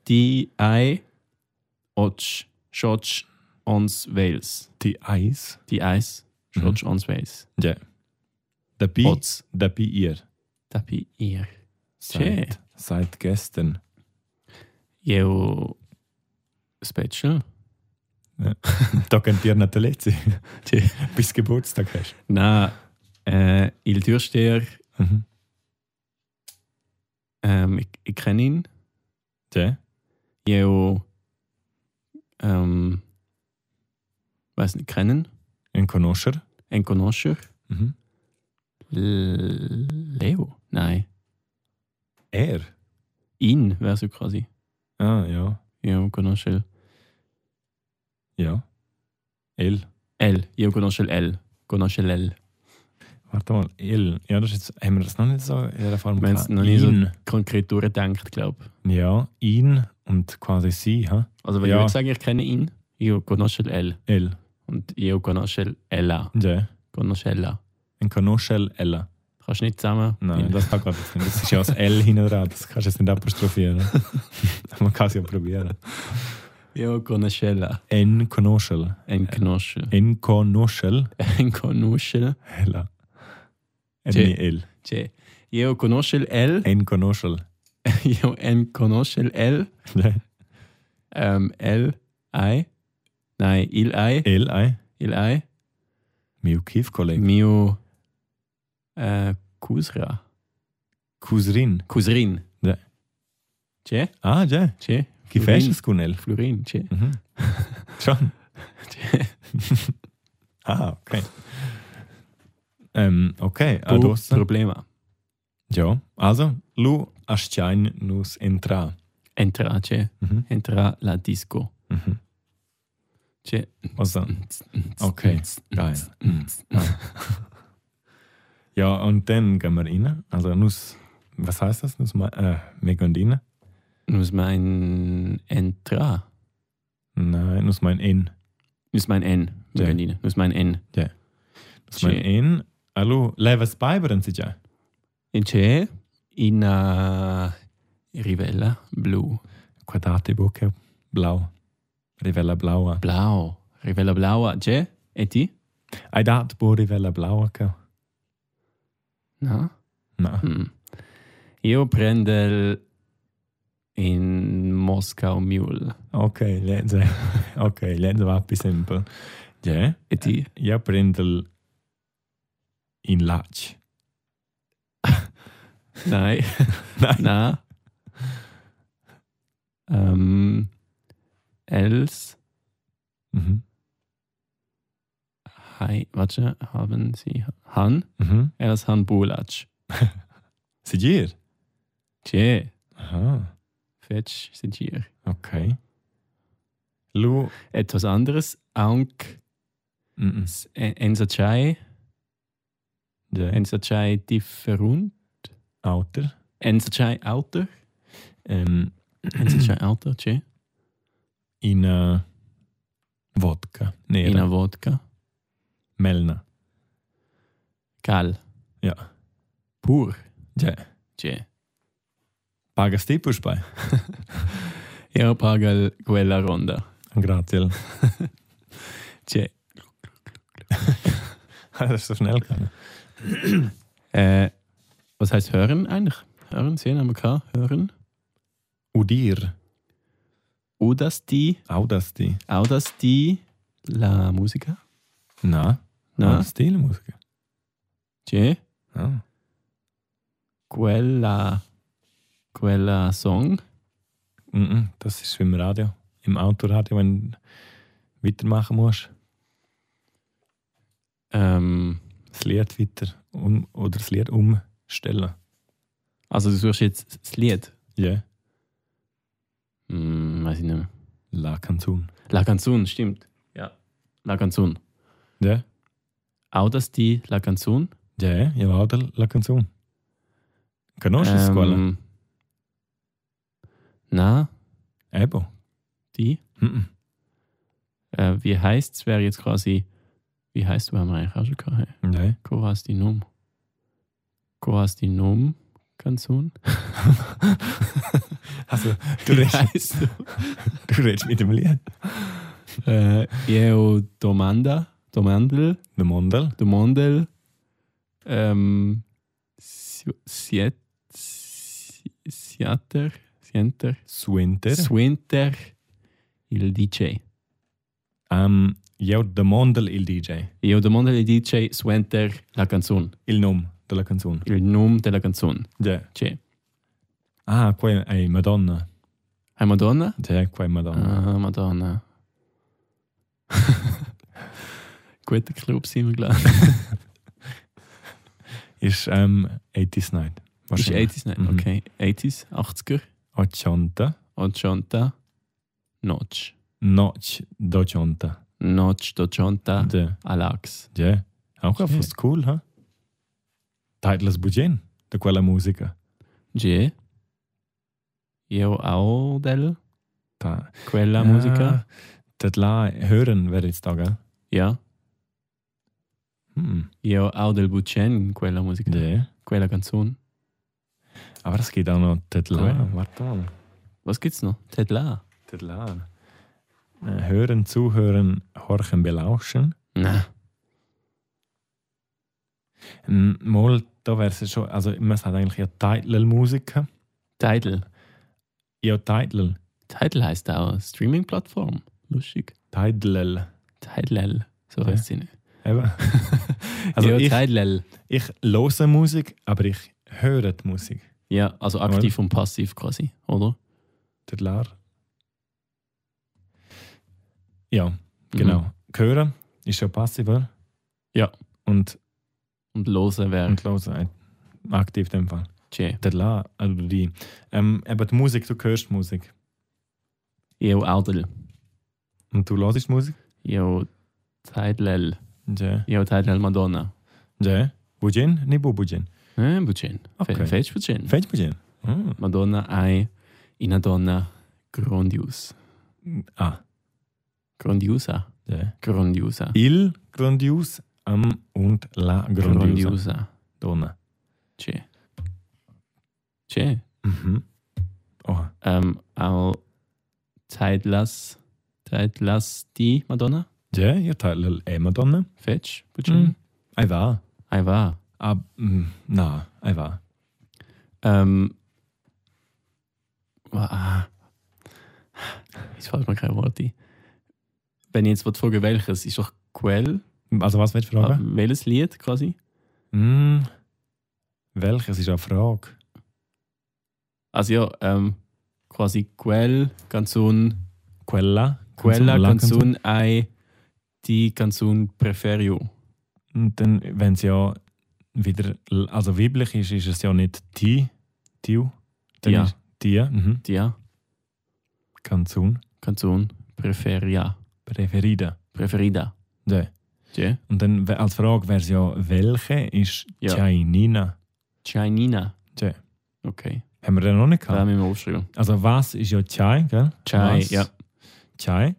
B: di ai och schoch ons Wales.
A: Die Eis.
B: Die Eis
A: Mhm.
B: schoch ons Wales.
A: Ja. Dabei,
B: Ots
A: dabei ihr.
B: tapi ihr. Che.
A: Seit, seit gestern.
B: Jeo special.
A: Da könnt ihr
B: <laughs>
A: Natalizzi.
B: Tja.
A: Bis Geburtstag hast.
B: Na, äh, il Türsteher,
A: Mhm.
B: ähm, ich, ich kenne ihn.
A: Ja.
B: Jeo, ähm, weiß nicht, kennen.
A: Ein Konoscher.
B: Ein Conoscher.
A: Mhm.
B: Leo? Nein.
A: Er.
B: Ihn wäre so quasi.
A: Ah, ja.
B: Jeo Conoscher.
A: Ja. El.
B: L. Io conosco L. Conosce L.
A: Warte mal, El. Ja, das ist jetzt, haben wir das noch nicht so in der Form
B: Wir haben es
A: gehabt?
B: noch nie so-
A: ihn.
B: Konkret durchdenkt, glaube ich.
A: Ja, ihn und quasi sie, ha?
B: Also, wenn
A: Ja.
B: ich würde sagen, ich kenne ihn, io conosco L.
A: El.
B: Und io conosco Ella.
A: Ja.
B: Conoscella.
A: Ein Konoschel Ella.
B: Kannst du nicht zusammen?
A: Nein, das kann ich jetzt nicht. Das ist ja das L hinten dran, das kannst du jetzt nicht
B: <laughs>
A: apostrophieren. Man kann es ja probieren.
B: Io conoscella.
A: En Konoschel.
B: Ein Knosche.
A: En Konoschel
B: Äh, <laughs> Ein Conosce.
A: Ella. En
B: Tja.
A: nicht El.
B: Cioè, io conosco L. <laughs>
A: En Konoschel.
B: Io en conosco L.
A: Ja.
B: Ähm, L. I. Nein, il I.
A: El ei.
B: Il I.
A: Mio Kiefkolleg.
B: Mio. Äh, Cusra.
A: Cousin.
B: Cousin.
A: Ja.
B: C'è?
A: Ah, ja.
B: C'è?
A: Gefährst es, Kunel?
B: Florin, c'è?
A: <laughs> Mhm. Schon. <laughs> ah, okay. Ähm, okay,
B: Ah,
A: also,
B: Problema.
A: ja, also, lu aschain nus entra.
B: Entra, c'è?
A: Mhm.
B: Entra la disco.
A: Mhm.
B: C'è?
A: Also, Okay. geil. Mhm. Ah. ja, und dann gehen wir rein. Also, nus, was heißt das? Nus, ma- äh, wir gehen rein?
B: Nus mein Entra.
A: Nein, nus mein in.
B: Nus mein N.
A: C'è.
B: Magandine. Nus mein N.
A: Nus mein Äh,
B: Schön.
A: in. Alu, leves beiberen sich ja.
B: E c'è? In uh, Rivella blu.
A: Quadrate Bocke, blau. Rivella blaua.
B: Blau. Rivella blaua. C'è? E ti?
A: Ei dat bo Rivella blaua che.
B: No?
A: Na,
B: Mm. Io prendo in Moscow Mule.
A: okay, legge. <laughs> Okay, legge va più simple. Ja,
B: E ti?
A: io prendo il in lac.
B: <laughs> Nein.
A: Nein.
B: Na. Ähm, Els,
A: Mhm.
B: hi, warte, haben Sie Han?
A: Mhm.
B: Els Han Bulac.
A: Sie dir?
B: Tje,
A: Aha,
B: fetch sind hier.
A: okay. Lu,
B: Etwas anderes, Aunk,
A: mhm.
B: s- E- en- Ensachai,
A: ja,
B: Ensachai different,
A: outer.
B: Ensachai Autor,
A: Ähm,
B: Ensachai Autor, tje,
A: in äh, Wodka. Nee,
B: in a
A: in
B: Wodka,
A: Melna.
B: Gal,
A: Ja.
B: Pur,
A: Ja.
B: tje.
A: Pagas tipus bei.
B: Io pagal quella ronda,
A: Grazie. <laughs>
B: tje.
A: Das ist so schnell gegangen.
B: Äh, was heißt hören eigentlich? Hören, sehen haben wir gehabt. Hören.
A: Udir.
B: Audasti,
A: Auch das die.
B: Audasti la Musica.
A: Nein.
B: Nein.
A: Das Telemusiker.
B: C'è
A: Ah.
B: quella, quella song.
A: Mhm, Das ist wie im Radio. Im Autoradio, wenn du weitermachen musst.
B: Ähm,
A: Das Lied weiter um, oder das Lied umstellen.
B: also du suchst jetzt das Lied.
A: Ja.
B: Hm, weiß ich nicht mehr.
A: La Canzun.
B: La Canzun, stimmt. Ja. La Canzun.
A: Ja?
B: Audasti la Canzun.
A: Ja, ich war auch der La Canzun. Conosci ähm. quella?
B: Ähm, na,
A: Ebo.
B: die.
A: Mhm.
B: Äh, wie heißt es, wäre jetzt quasi, wie heißt du, haben wir eigentlich auch schon gehabt. hä?
A: Ja.
B: Coasti Nom. Coasti Nom <laughs> Canzun.
A: Also, <laughs> du redest,
B: heißt
A: du redest mit dem Lied.
B: du? äh, Io Domanda, Domandel,
A: Der Mondel.
B: Domandel, ähm, si- Siet, si- Siater, Sienter,
A: Suenter.
B: Swinter, il DJ.
A: Ähm, ja, der Mondel il DJ.
B: Io Domandel, il DJ, Swinter, la Canzun.
A: Il nome della canzone.
B: Il nome della canzone.
A: Yeah.
B: C'è.
A: Ah, qua è Madonna.
B: Hai Madonna?
A: Cioè, qua è Madonna. <laughs>
B: Ah, Madonna. Guter Club sind wir, glaube ich.
A: Ist ähm, 80s Night.
B: Ist 80s nicht?
A: Mhm.
B: Okay. 80s, 80er.
A: 80.
B: Ochonta. Notch.
A: Notch d'Ochonta.
B: Notch, Dochonta,
A: Ja.
B: Alax.
A: Ja. Auch
B: Sì.
A: fast cool, ha? Titles Bugin, da quella musica.
B: G. Io Audel.
A: Da.
B: Quella Musica.
A: Das la hören wäre jetzt da, gell?
B: Ja.
A: Hm.
B: Io Audel Bucen, Quella Musica.
A: Ja.
B: Quella Canzone.
A: Aber es geht auch noch das la.
B: Cool.
A: Warte mal.
B: Was gibt's noch? Ted La.
A: Das la. Äh, Hören, zuhören, horchen, belauschen.
B: Na.
A: Mm, Mal, da wäre es schon, also man sagt eigentlich ja Title-Musiker.
B: Tidal.
A: Ja, Title.
B: Tidal heißt auch Streaming-Plattform. Lustig.
A: Title.
B: Tidal. So
A: Ja.
B: heißt sie <laughs> nicht.
A: Eben. Also
B: ja,
A: ich,
B: Tidal.
A: ich höre Musik, aber ich höre die Musik.
B: Ja, also aktiv und passiv quasi, oder?
A: Der Lehrer. Ja,
B: Mhm.
A: genau. Hören ist ja passiv, oder?
B: Ja.
A: Und,
B: Und losen wäre
A: und hören ein- aktiv in dem Fall.
B: Che.
A: Der Lehrer, also die. Ähm, eben die Musik, du hörst die Musik.
B: Io Audel.
A: Und du hörst die Musik?
B: Io Tidal.
A: Ja.
B: Io Tidal Madonna.
A: Ja. Bujin? Nicht Bujin.
B: Eh, Bucen.
A: Okay.
B: Okay. Fetch Bucen.
A: Fetch Bujin. Mm.
B: Madonna ai una donna grandius.
A: Ah,
B: Grandiosa.
A: ja.
B: Grandiosa.
A: Il grandius am und la grandiosa.
B: Grandiosa.
A: Donna.
B: Che. Che.
A: Mhm. Oha.
B: Ähm, auch Tidlas. Tidlas die Madonna.
A: Ja, ihr Teil eh Madonna.
B: Fetch Ah, Bucen.
A: Mhm. Ei war.
B: Ei war.
A: Ab, mm, na, ei war.
B: Ähm. Ah. Jetzt fällt mir kein Wort ein. Wenn ich jetzt wollt fragen welches, ist doch Quell,
A: Also was willst du
B: ah,
A: fragen?
B: welches Lied quasi?
A: Mm. Welches ist eine Frage?
B: Also ja, ähm, quasi Quell, Canzun,
A: Quella?
B: Quella,
A: la
B: Canzun, ai die Canzun preferio.
A: Und dann, wenn es ja wieder, l- also weiblich ist, ist es ja nicht die, die, dann
B: Ja.
A: ist die, mhm.
B: Dia,
A: Canzun,
B: Canzun, preferia,
A: preferida.
B: preferida.
A: Ja.
B: Che?
A: Und dann we- als Frage wäre es ja, welche ist
B: Ja.
A: Chainina?
B: Chainina.
A: Che.
B: Okay,
A: Haben wir den noch nicht
B: da haben
A: gehabt?
B: wir mal aufgeschrieben.
A: Also was ist ja Chai, gell?
B: Chai,
A: was?
B: ja.
A: Chai.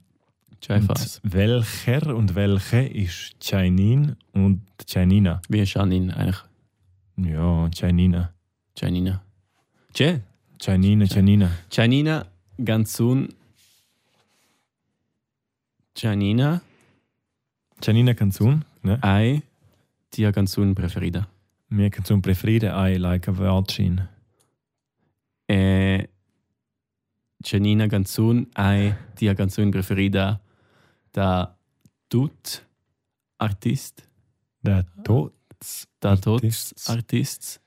B: Chai
A: und
B: Fass.
A: welcher und welche ist Chainin und Chainina?
B: Wie ist Janine eigentlich?
A: Ja, Chainina.
B: Chainina. Che?
A: Chainina, Chainina.
B: Janina Gansun. Janina,
A: Chainina Canzun, ne?
B: ai tia Gansun preferida.
A: Mir Canzun
B: Äh.
A: preferire I like a virgin.
B: Eh, Janina Ganzun hai tia canzone preferita da tut artist,
A: Der Tots.
B: da tot
A: Artists.
B: <laughs> artist,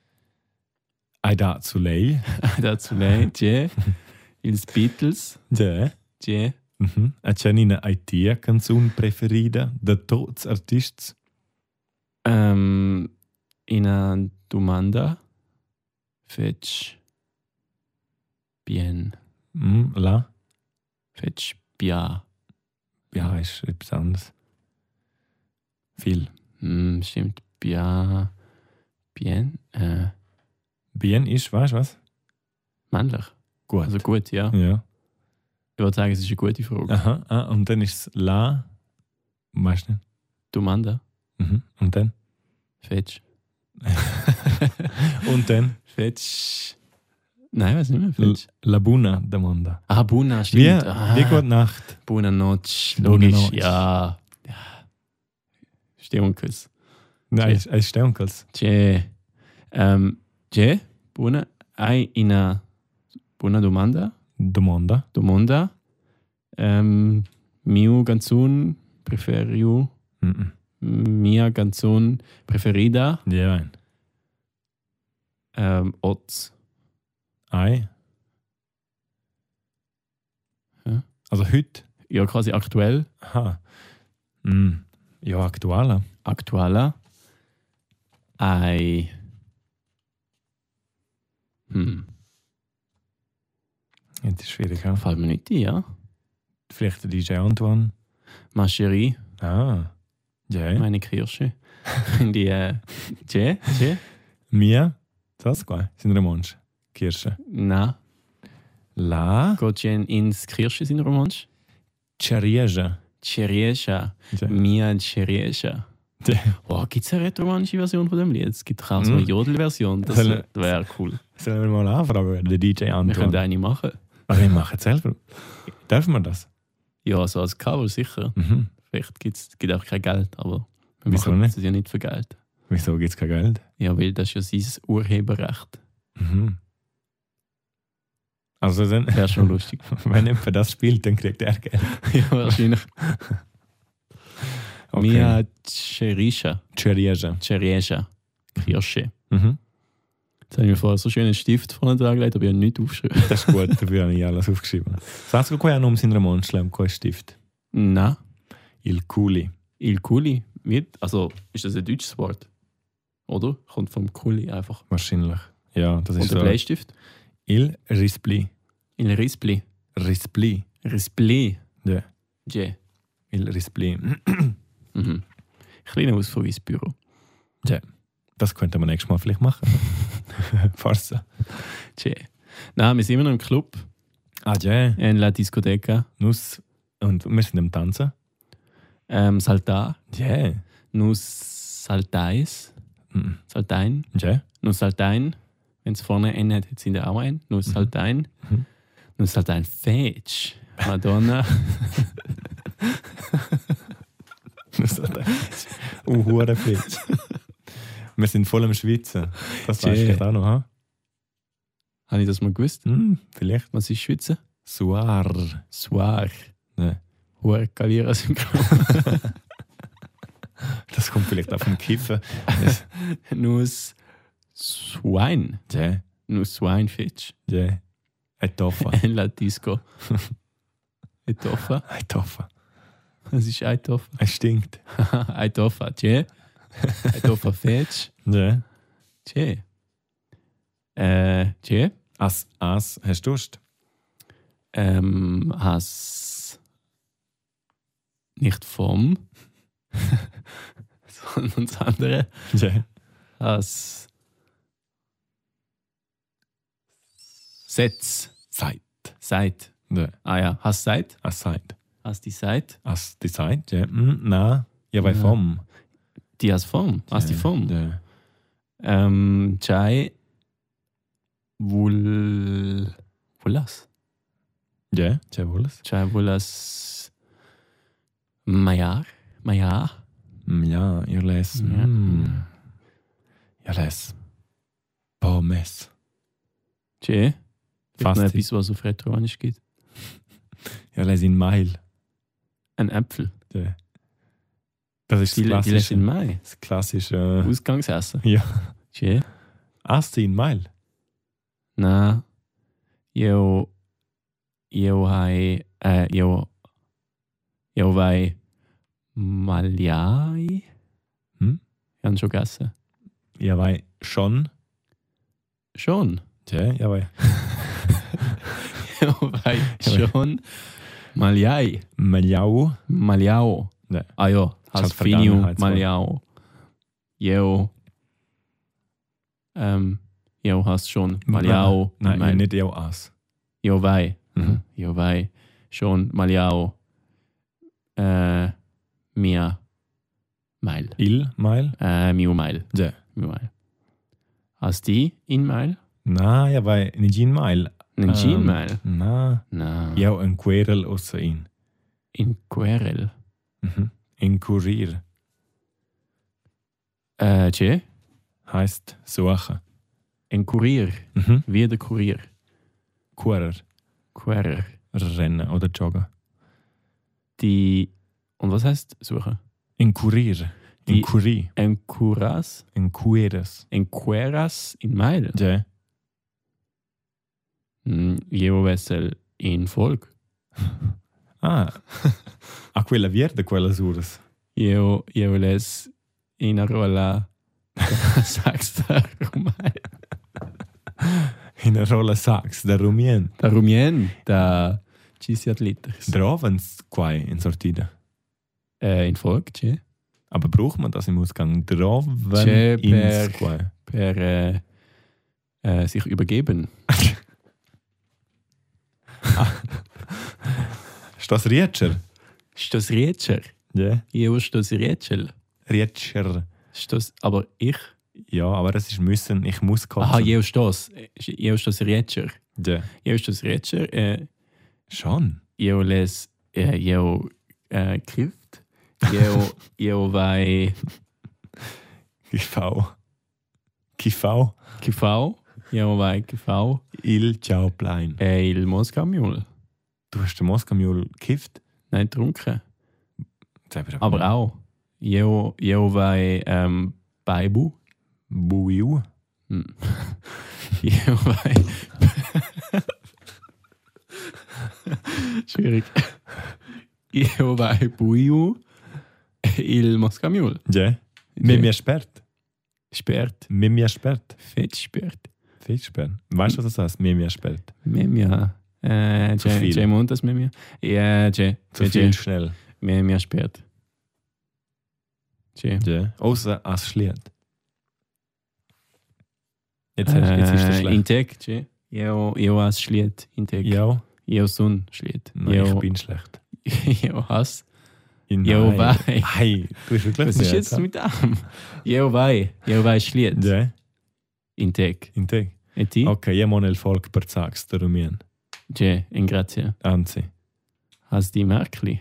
A: Aida Zulei.
B: da zu <laughs> lei, c'è ils Beatles,
A: Ja.
B: c'è
A: Mhm. A Janina Aitia canzun preferida de tots artists.
B: um, una domanda fetch bien,
A: Mm, la?
B: fetch bia.
A: Ja, ist etwas anderes.
B: Viel. Hm, stimmt. Bia. Bien. Äh,
A: Bien ist, weißt du was?
B: männlich.
A: Gut. Hm.
B: Also gut, ja.
A: ja.
B: Ich würde sagen, es ist eine gute Frage.
A: Aha, ah, und dann ist es La. Weißt du nicht?
B: Du Manda.
A: Mhm. Und <laughs> dann?
B: Fetsch.
A: <laughs> Und äh, dann?
B: Fetsch. Nein, weiß nicht mehr. Fetsch.
A: La Buna de Monda.
B: Ah, Buna, stimmt.
A: Wie,
B: ah,
A: wie gute Nacht.
B: Buna Notch.
A: Buona
B: Logisch,
A: notte.
B: ja. Ja. Stimmkes.
A: Nein,
B: Tschä.
A: es ist Steunkels.
B: Che. Ähm, che. Buna. Ai ina. Buna domanda.
A: De Monda.
B: Domanda. Ähm, miu ganzun. Preferiu.
A: Mhm.
B: mia canzone preferita
A: Ja, ein.
B: ähm, Oz.
A: Ei.
B: Ja.
A: Also heute?
B: Ja, quasi aktuell.
A: Aha. Mm. Ja, aktueller.
B: Aktueller. Ei. Hm.
A: Jetzt ist schwierig, ja.
B: Fällt mir nicht ein, ja?
A: Vielleicht der DJ Antoine.
B: Ma chérie, ne
A: Ah. Ja.
B: meine Kirsche. <laughs> Finde ich, äh, Tje? Tje?
A: Mir, das quoi, sind Romansch. Kirsche.
B: Na,
A: La
B: geht Jen ins Kirsche in Romansch?
A: Cerieja.
B: Cheriesha.
A: Ja.
B: Mia
A: <laughs>
B: Cheriesha.
A: Ja.
B: Boah, gibt es eine retromanische Version von dem Lied? Es gibt auch so eine
A: Mhm.
B: Jodel-Version. Das
A: Sollen-
B: wäre cool.
A: Sollen wir mal anfragen, der DJ
B: Wir können
A: Antoine.
B: eine machen.
A: Aber wir machen es selber. Dürfen wir das?
B: Ja, so als Cover sicher.
A: Mhm.
B: Vielleicht gibt's, gibt es auch kein Geld, aber wir
A: Wieso
B: machen
A: nicht?
B: das ja nicht für Geld.
A: Wieso gibt es kein Geld?
B: Ja, weil das ist ja sein Urheberrecht.
A: Mhm. Also dann,
B: Wäre schon lustig.
A: <laughs> wenn jemand das spielt, dann kriegt er Geld.
B: <laughs> ja, wahrscheinlich. Mia Cerisha,
A: Cerieja.
B: Cerisha, Kirsche.
A: Mhm.
B: Jetzt habe ich mir vorher so schönen Stift vorne dran gelegt, aber ich habe nichts aufgeschrieben. <laughs>
A: Das ist gut, dafür habe ich alles aufgeschrieben. Sagst du, kein Name sind Romansch, kein Stift.
B: Na,
A: Il Kuli.
B: Il Kuli. Wie, also, ist das ein deutsches Wort? Oder? Kommt vom Kuli einfach.
A: Wahrscheinlich. Ja, das ist
B: Und der
A: so.
B: Bleistift?
A: Il Rispli.
B: Il Rispli.
A: Rispli.
B: Rispli.
A: Ja.
B: Yeah.
A: Il Rispli.
B: Mhm. Kleiner Ausflug ins Büro.
A: Das könnte man nächstes Mal vielleicht <laughs> machen. Farsa.
B: Tje. Nein, wir sind immer noch im Club,
A: Ah ja,
B: in La Discoteca.
A: Nuss. Und wir sind am Tanzen.
B: Ähm, Saltar,
A: Ja.
B: Nus Saltais,
A: Mhm.
B: Saltein,
A: Ja.
B: Nus Saltein. Wenn es vorne einen hat, hat es in der auch einen. Nus Saltein,
A: Mhm.
B: Nus Saltein Fetch,
A: <laughs>
B: Madonna.
A: Nuss hat er. <laughs> Uh, hure viel. Wir sind voll am Schwitzen. Das
B: Ja.
A: weißt du vielleicht auch noch, ha?
B: Habe ich das mal gewusst?
A: Hm, vielleicht.
B: Was ist Schweizer?
A: Suar.
B: Soir.
A: Ne.
B: Hoher Kalierer-Syndrom.
A: Das kommt vielleicht auch vom Kiffen.
B: <laughs> Nus Swine,
A: Ja.
B: Nus Swine Fetch,
A: Ja. Ein Toffer.
B: <laughs> in <laughs> La Disco. Etoffa,
A: Ein Toffer.
B: das ist Etoffa. <laughs>
A: Es stinkt.
B: I tofa, tje. I tofa fetch,
A: Ja.
B: tje. Äh, tje.
A: As, as, hast du Durst?
B: Ähm, has nicht vom, <laughs> sondern das andere.
A: Ja.
B: Has Setz.
A: Zeit.
B: Seit.
A: Ja.
B: Ah ja, has Seit.
A: As Zeit.
B: Has die Seit.
A: As die Zeit, ja. Hm, na. Ja, bei
B: Ja.
A: vom.
B: Die has Form. Has die
A: Ja,
B: Form.
A: Ja.
B: Ähm, Chai. Vul. Vulas.
A: Ja, jawohl.
B: Cioè, volas Majar? Majar?
A: Mm, Ja, ihr les.
B: Ja. Hm.
A: Mm. Ihr les. Pommes.
B: Tje? Vielleicht
A: Fast.
B: noch etwas, was auf Retroanisch geht.
A: Ja, lese in Mail.
B: Ein Äpfel.
A: Der- Äh, Das ist
B: Die,
A: das
B: die lässt in
A: klassische.
B: Mai.
A: Das klassische äh,
B: Ausgangsessen.
A: ja.
B: Che?
A: Asti in Mail.
B: Na. Jo. Jo hai. Äh, jo. Jo wei. Maljai?
A: Hm?
B: Ich habe schon gegessen.
A: Ja, weil schon.
B: <laughs> Schon.
A: Ja, ja, weil.
B: Jo
A: <laughs>
B: wei. Schon. Maljai.
A: Maljau.
B: Maljao.
A: Ne.
B: Ah ja,
A: halt
B: als Finio
A: Vergangenheitswort.
B: Maljao. Jo. Ähm, jo, hast schon. Maljao.
A: Nein,
B: Mal-
A: nein nicht ja, as.
B: Jo wei.
A: Mhm.
B: Jo wei. Schon Maljao. Äh, mia. Meil.
A: Il Mail.
B: Äh, mio Meil.
A: Ja.
B: Mio Meil. Hast die in Meil?
A: Na, ja, weil nicht in Mail.
B: Nen Jean
A: Ähm.
B: Meil?
A: Na,
B: Um, Na.
A: ja, ein Querel außer in.
B: In Querel.
A: Mhm. In Kurier
B: Äh, che?
A: heißt suchen.
B: In Kurier.
A: Mhm.
B: Wie der Kurier.
A: Kurer.
B: Querer.
A: Rennen oder joggen.
B: Die. Und was heißt suchen?
A: In Kurier. In
B: Die-
A: Kurier.
B: En Curas,
A: In Queres.
B: en Cueras in Meil.
A: Ja.
B: Mm, Jevo Wessel in Volk. <laughs>
A: Ah. A quella verde, quella sures.
B: Jevo, jevo Les in Arola. <laughs> Sagst darum
A: In a rolla sax, da rumien.
B: Darum jen, da Gisiat Liters.
A: Dravens quai in sortida.
B: Äh, in Volk, che?
A: Aber braucht man das im Ausgang? Draven
B: Tje, per-
A: ins
B: <laughs>
A: quai.
B: Per äh, äh, sich übergeben.
A: Ist das Rietscher?
B: Stos Rietscher.
A: Ja.
B: Jevo Stos Rietschel.
A: Rietscher.
B: Stos, aber ich.
A: Ja, aber das ist müssen, ich muss kotzen.
B: Aha, Jevo Stos. Jevo Stos Rietscher.
A: Ja.
B: Jevo Stos Rietscher. Äh,
A: Schon.
B: eu les eh, eu eh, Gift. <laughs> Eu, eu vai
A: Kifau. Kifau.
B: Kifau. Eu vai Kifau.
A: Il ciao plein.
B: Eh, il Moskau Mule.
A: Du hast den Moskau-Mule gekifft?
B: Nein, trunken.
A: auch.
B: Aber auch. Eu, eu vai ähm, Baibu. <laughs>
A: Buiu.
B: Hm. Eu vai. Schwierig. Eu vai Buiu. Il Moskau Mule.
A: Ja. Mit mir sperrt.
B: Sperrt.
A: Mit mir sperrt.
B: Fett sperrt.
A: Fisch sperren. Weißt du, was das heißt? Mit mir sperrt.
B: Memia. Äh,
A: Zu
B: Jay-
A: viel.
B: Jay Montes Memia. Ja, Jay.
A: Zu
B: Jay-
A: viel
B: Jay.
A: schnell.
B: Memia sperrt. Jay.
A: Ja. Außer als schliert. Jetzt, hast- jetzt ist das
B: Äh,
A: schlecht.
B: Integ, Jay. Jo, jo as schliet, Integ.
A: Ja.
B: Jo sun schliet.
A: Nein, ich
B: Jo-
A: bin schlecht.
B: <laughs> Jo has.
A: In
B: Jo
A: Nein.
B: wei.
A: Ei, du <laughs> bist wirklich
B: Was ist
A: nicht,
B: jetzt
A: ja?
B: mit dem? Jo wei. Jo wei schliet.
A: Ja,
B: Integ.
A: in te.
B: Et ti?
A: Ok, je mon el folk per zags der Rumien.
B: Jay, in grazie.
A: Anzi.
B: Has die Merkli?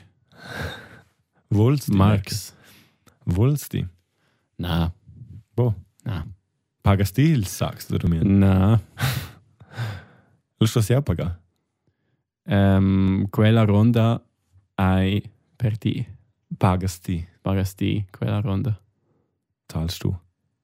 A: Wollst du?
B: Marx.
A: Wollst du?
B: Na.
A: Wo?
B: Na.
A: Pagas du il sags der Rumien?
B: Na.
A: Willst du das ja pagar?
B: Ähm, quella ronda ai per ti.
A: Pagas du.
B: Pagas ti quella ronda.
A: Zahlst du.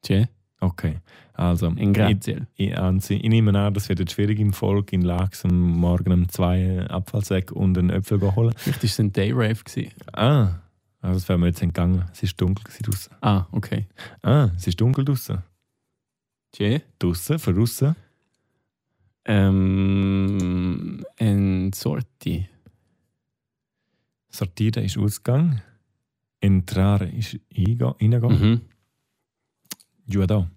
B: C'è?
A: Okay. Also,
B: In grazie.
A: Ich, anzi, ich nehme an, das wird jetzt schwierig im Volk in Lachs am Morgen um zwei Abfallsäcke und einen Äpfel holen.
B: Vielleicht war es ein Dayrave. gewesen.
A: Ah, also das wäre mir jetzt entgangen. Es ist dunkel gewesen draussen.
B: Ah, okay.
A: Ah, es ist dunkel draussen.
B: C'è?
A: Draussen, von draussen.
B: Ähm, ein Sorti.
A: Sortieren ist Ausgang. Entrare ist einge- reingehen.
B: Mhm.
A: Judo.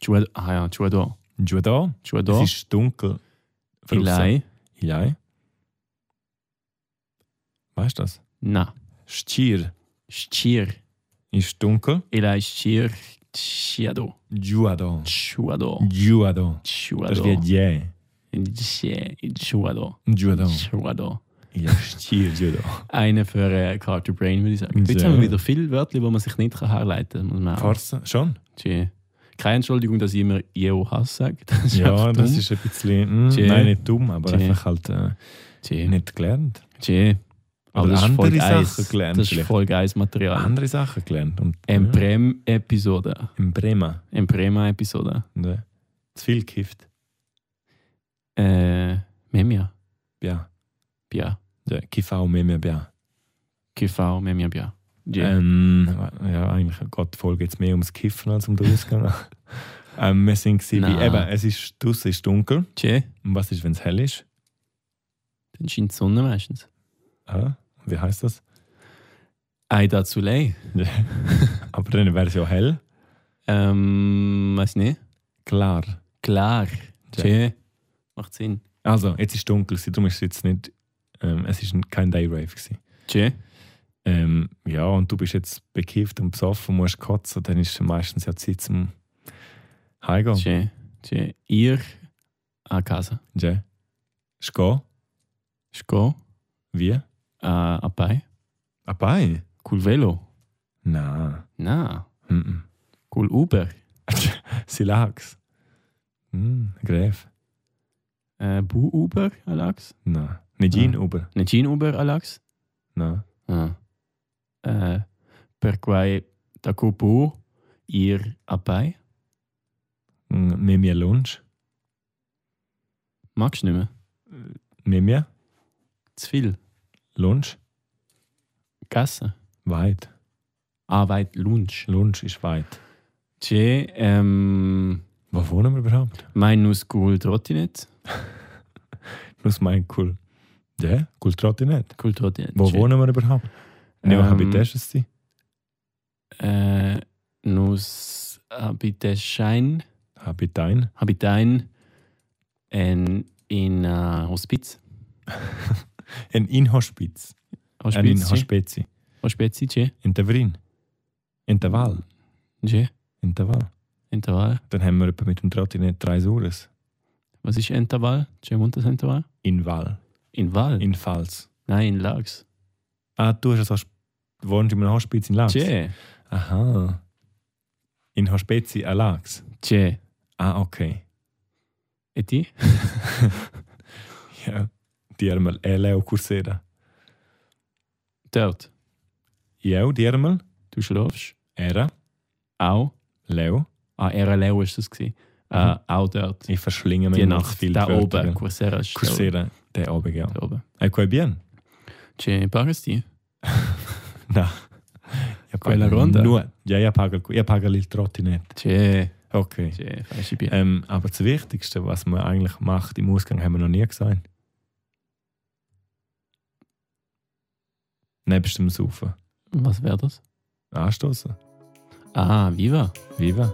B: Giudo. Ah ja, Giudo.
A: Judo.
B: Giudo.
A: Es ist dunkel. von draussen.
B: Ilai.
A: Ilai. Weißt du das?
B: Na.
A: Stier
B: Scier.
A: ist dunkel.
B: Ilai scier. Ciado.
A: Judo.
B: Giudo.
A: Judo. Das wird
B: Giudo.
A: jäh.
B: Giudo.
A: Judo.
B: Giudo.
A: Ja, Stier, Judo. <laughs>
B: Eine für äh, Car to Brain, würde ich sagen. Jetzt
A: Sehr.
B: haben wir wieder viele Wörter, die man sich nicht kann herleiten kann. Muss man auch.
A: Farce, schon?
B: Tschä. Keine Entschuldigung, dass ich immer Jeo Hass sage. <laughs> Das
A: Ja,
B: einfach
A: das
B: dumm.
A: ist ein bisschen, mm,
B: Tje.
A: nein, nicht dumm, aber
B: Tje.
A: einfach halt äh,
B: Tje.
A: nicht gelernt.
B: Tje. Aber
A: Oder
B: das ist
A: andere
B: Folge
A: Sachen
B: 1.
A: gelernt
B: Das ist
A: vielleicht.
B: Folge 1 Material.
A: Andere Sachen gelernt. Und, ähm,
B: Ein
A: ja,
B: Prem-Episode.
A: Im Bremer.
B: Ein Prema-Episode.
A: Ne? Zu viel gekifft.
B: Äh, Memia.
A: Ja.
B: Bia.
A: ja. Kiffau mehr, mehr, mehr.
B: GV, Memia, Bia. Tje.
A: Ähm, ja, eigentlich geht die Folge jetzt mehr ums Kiffen als um den <laughs> Ausgang. ähm, wir sind gewesen bei,
B: Nein.
A: eben, es ist, draussen ist dunkel.
B: Tje.
A: Und was ist, wenn es hell ist?
B: Dann scheint die Sonne meistens.
A: Ah, wie heißt das?
B: Aida Zulei.
A: Aber dann wäre es ja hell.
B: Ähm, weiß nicht.
A: Klar.
B: Klar. Tje. Macht Sinn.
A: Also, jetzt ist es dunkel, gewesen, darum ist es jetzt nicht. Ähm, es war kein Dayrave. gewesen.
B: Tje.
A: Ähm, ja, und du bist jetzt bekifft und besoffen, musst kotzen, dann ist meistens ja Zeit zum Heimgehen.
B: Tje. Tje. Ihr an Casa.
A: Ja. Ist gehen?
B: Schko.
A: Wie?
B: Äh, apai.
A: Dabei?
B: Cool Velo.
A: Nein.
B: Na.
A: Mhm.
B: Cool Uber.
A: Sie lag's. Hm, Gräf.
B: Äh, Bu Uber, Alex.
A: Nein. Nicht
B: Nein.
A: ihn, Uber.
B: Nicht Jean Uber, Alex.
A: Nein.
B: Ah. Eh, per quai takupu ir apai?
A: Hm, Nimm mir Lunch.
B: Magst du nicht mehr?
A: Nimm mir
B: Zu viel.
A: Lunch.
B: Kasse.
A: Weit.
B: Arbeit, Lunch.
A: Lunch ist weit.
B: Tje, ähm,
A: Wo wohnen wir überhaupt?
B: mein Nuskul Trottinet.
A: Nur mein cool. Ja, cool Trotti nicht.
B: Cool Trottinet.
A: Wo wohnen wir überhaupt? Nicht
B: Ähm,
A: ähm, Habitäschens sein.
B: Äh, nus habiteschein,
A: Habitein.
B: habitein en in uh, Hospiz.
A: Ein Inhospiz. Ein
B: Hospiz, tje.
A: Inhospezi.
B: Hospiz, tje.
A: In der Wrin. Intervall.
B: Tje,
A: Intervall.
B: Intervall.
A: Dann haben wir etwa mit dem Trotti nicht drei Sures.
B: Was ist Intervall? Tje, wohnt das Intervall?
A: In Wall.
B: In Wald?
A: In Pfalz.
B: Nein, in Lags.
A: Ah, du hast also, wohnst in einem Hospiz in Lax?
B: Tje.
A: Aha. In Hospezi a Lax.
B: Tje,
A: Ah, okay.
B: e ti?
A: Ja. Die äh, Ärmel. Eleo Coursera.
B: Dort.
A: Ja, die Ärmel.
B: Du schlafst.
A: Era.
B: Auch.
A: Leo.
B: Ah, RLL war das. Gewesen.
A: Mhm.
B: Äh, auch dort.
A: Ich verschlinge mich
B: Die
A: mit
B: Nacht.
A: vielen
B: Da
A: Wörtern.
B: oben. Coursera ist da
A: Coursera. Der Abend, ja.
B: oben.
A: Ecco, è bien.
B: Tje, pagest du?
A: Ja,
B: Quella ronda?
A: Nur, ja, ich pagal, ich pagal il Trottinett.
B: Tje,
A: Okay.
B: tje, falsche Bier.
A: Ähm, aber das Wichtigste, was man eigentlich macht im Ausgang, haben wir noch nie gesehen. Nebst dem Saufen.
B: Was wäre das?
A: Anstoßen.
B: Ah, Viva.
A: Viva.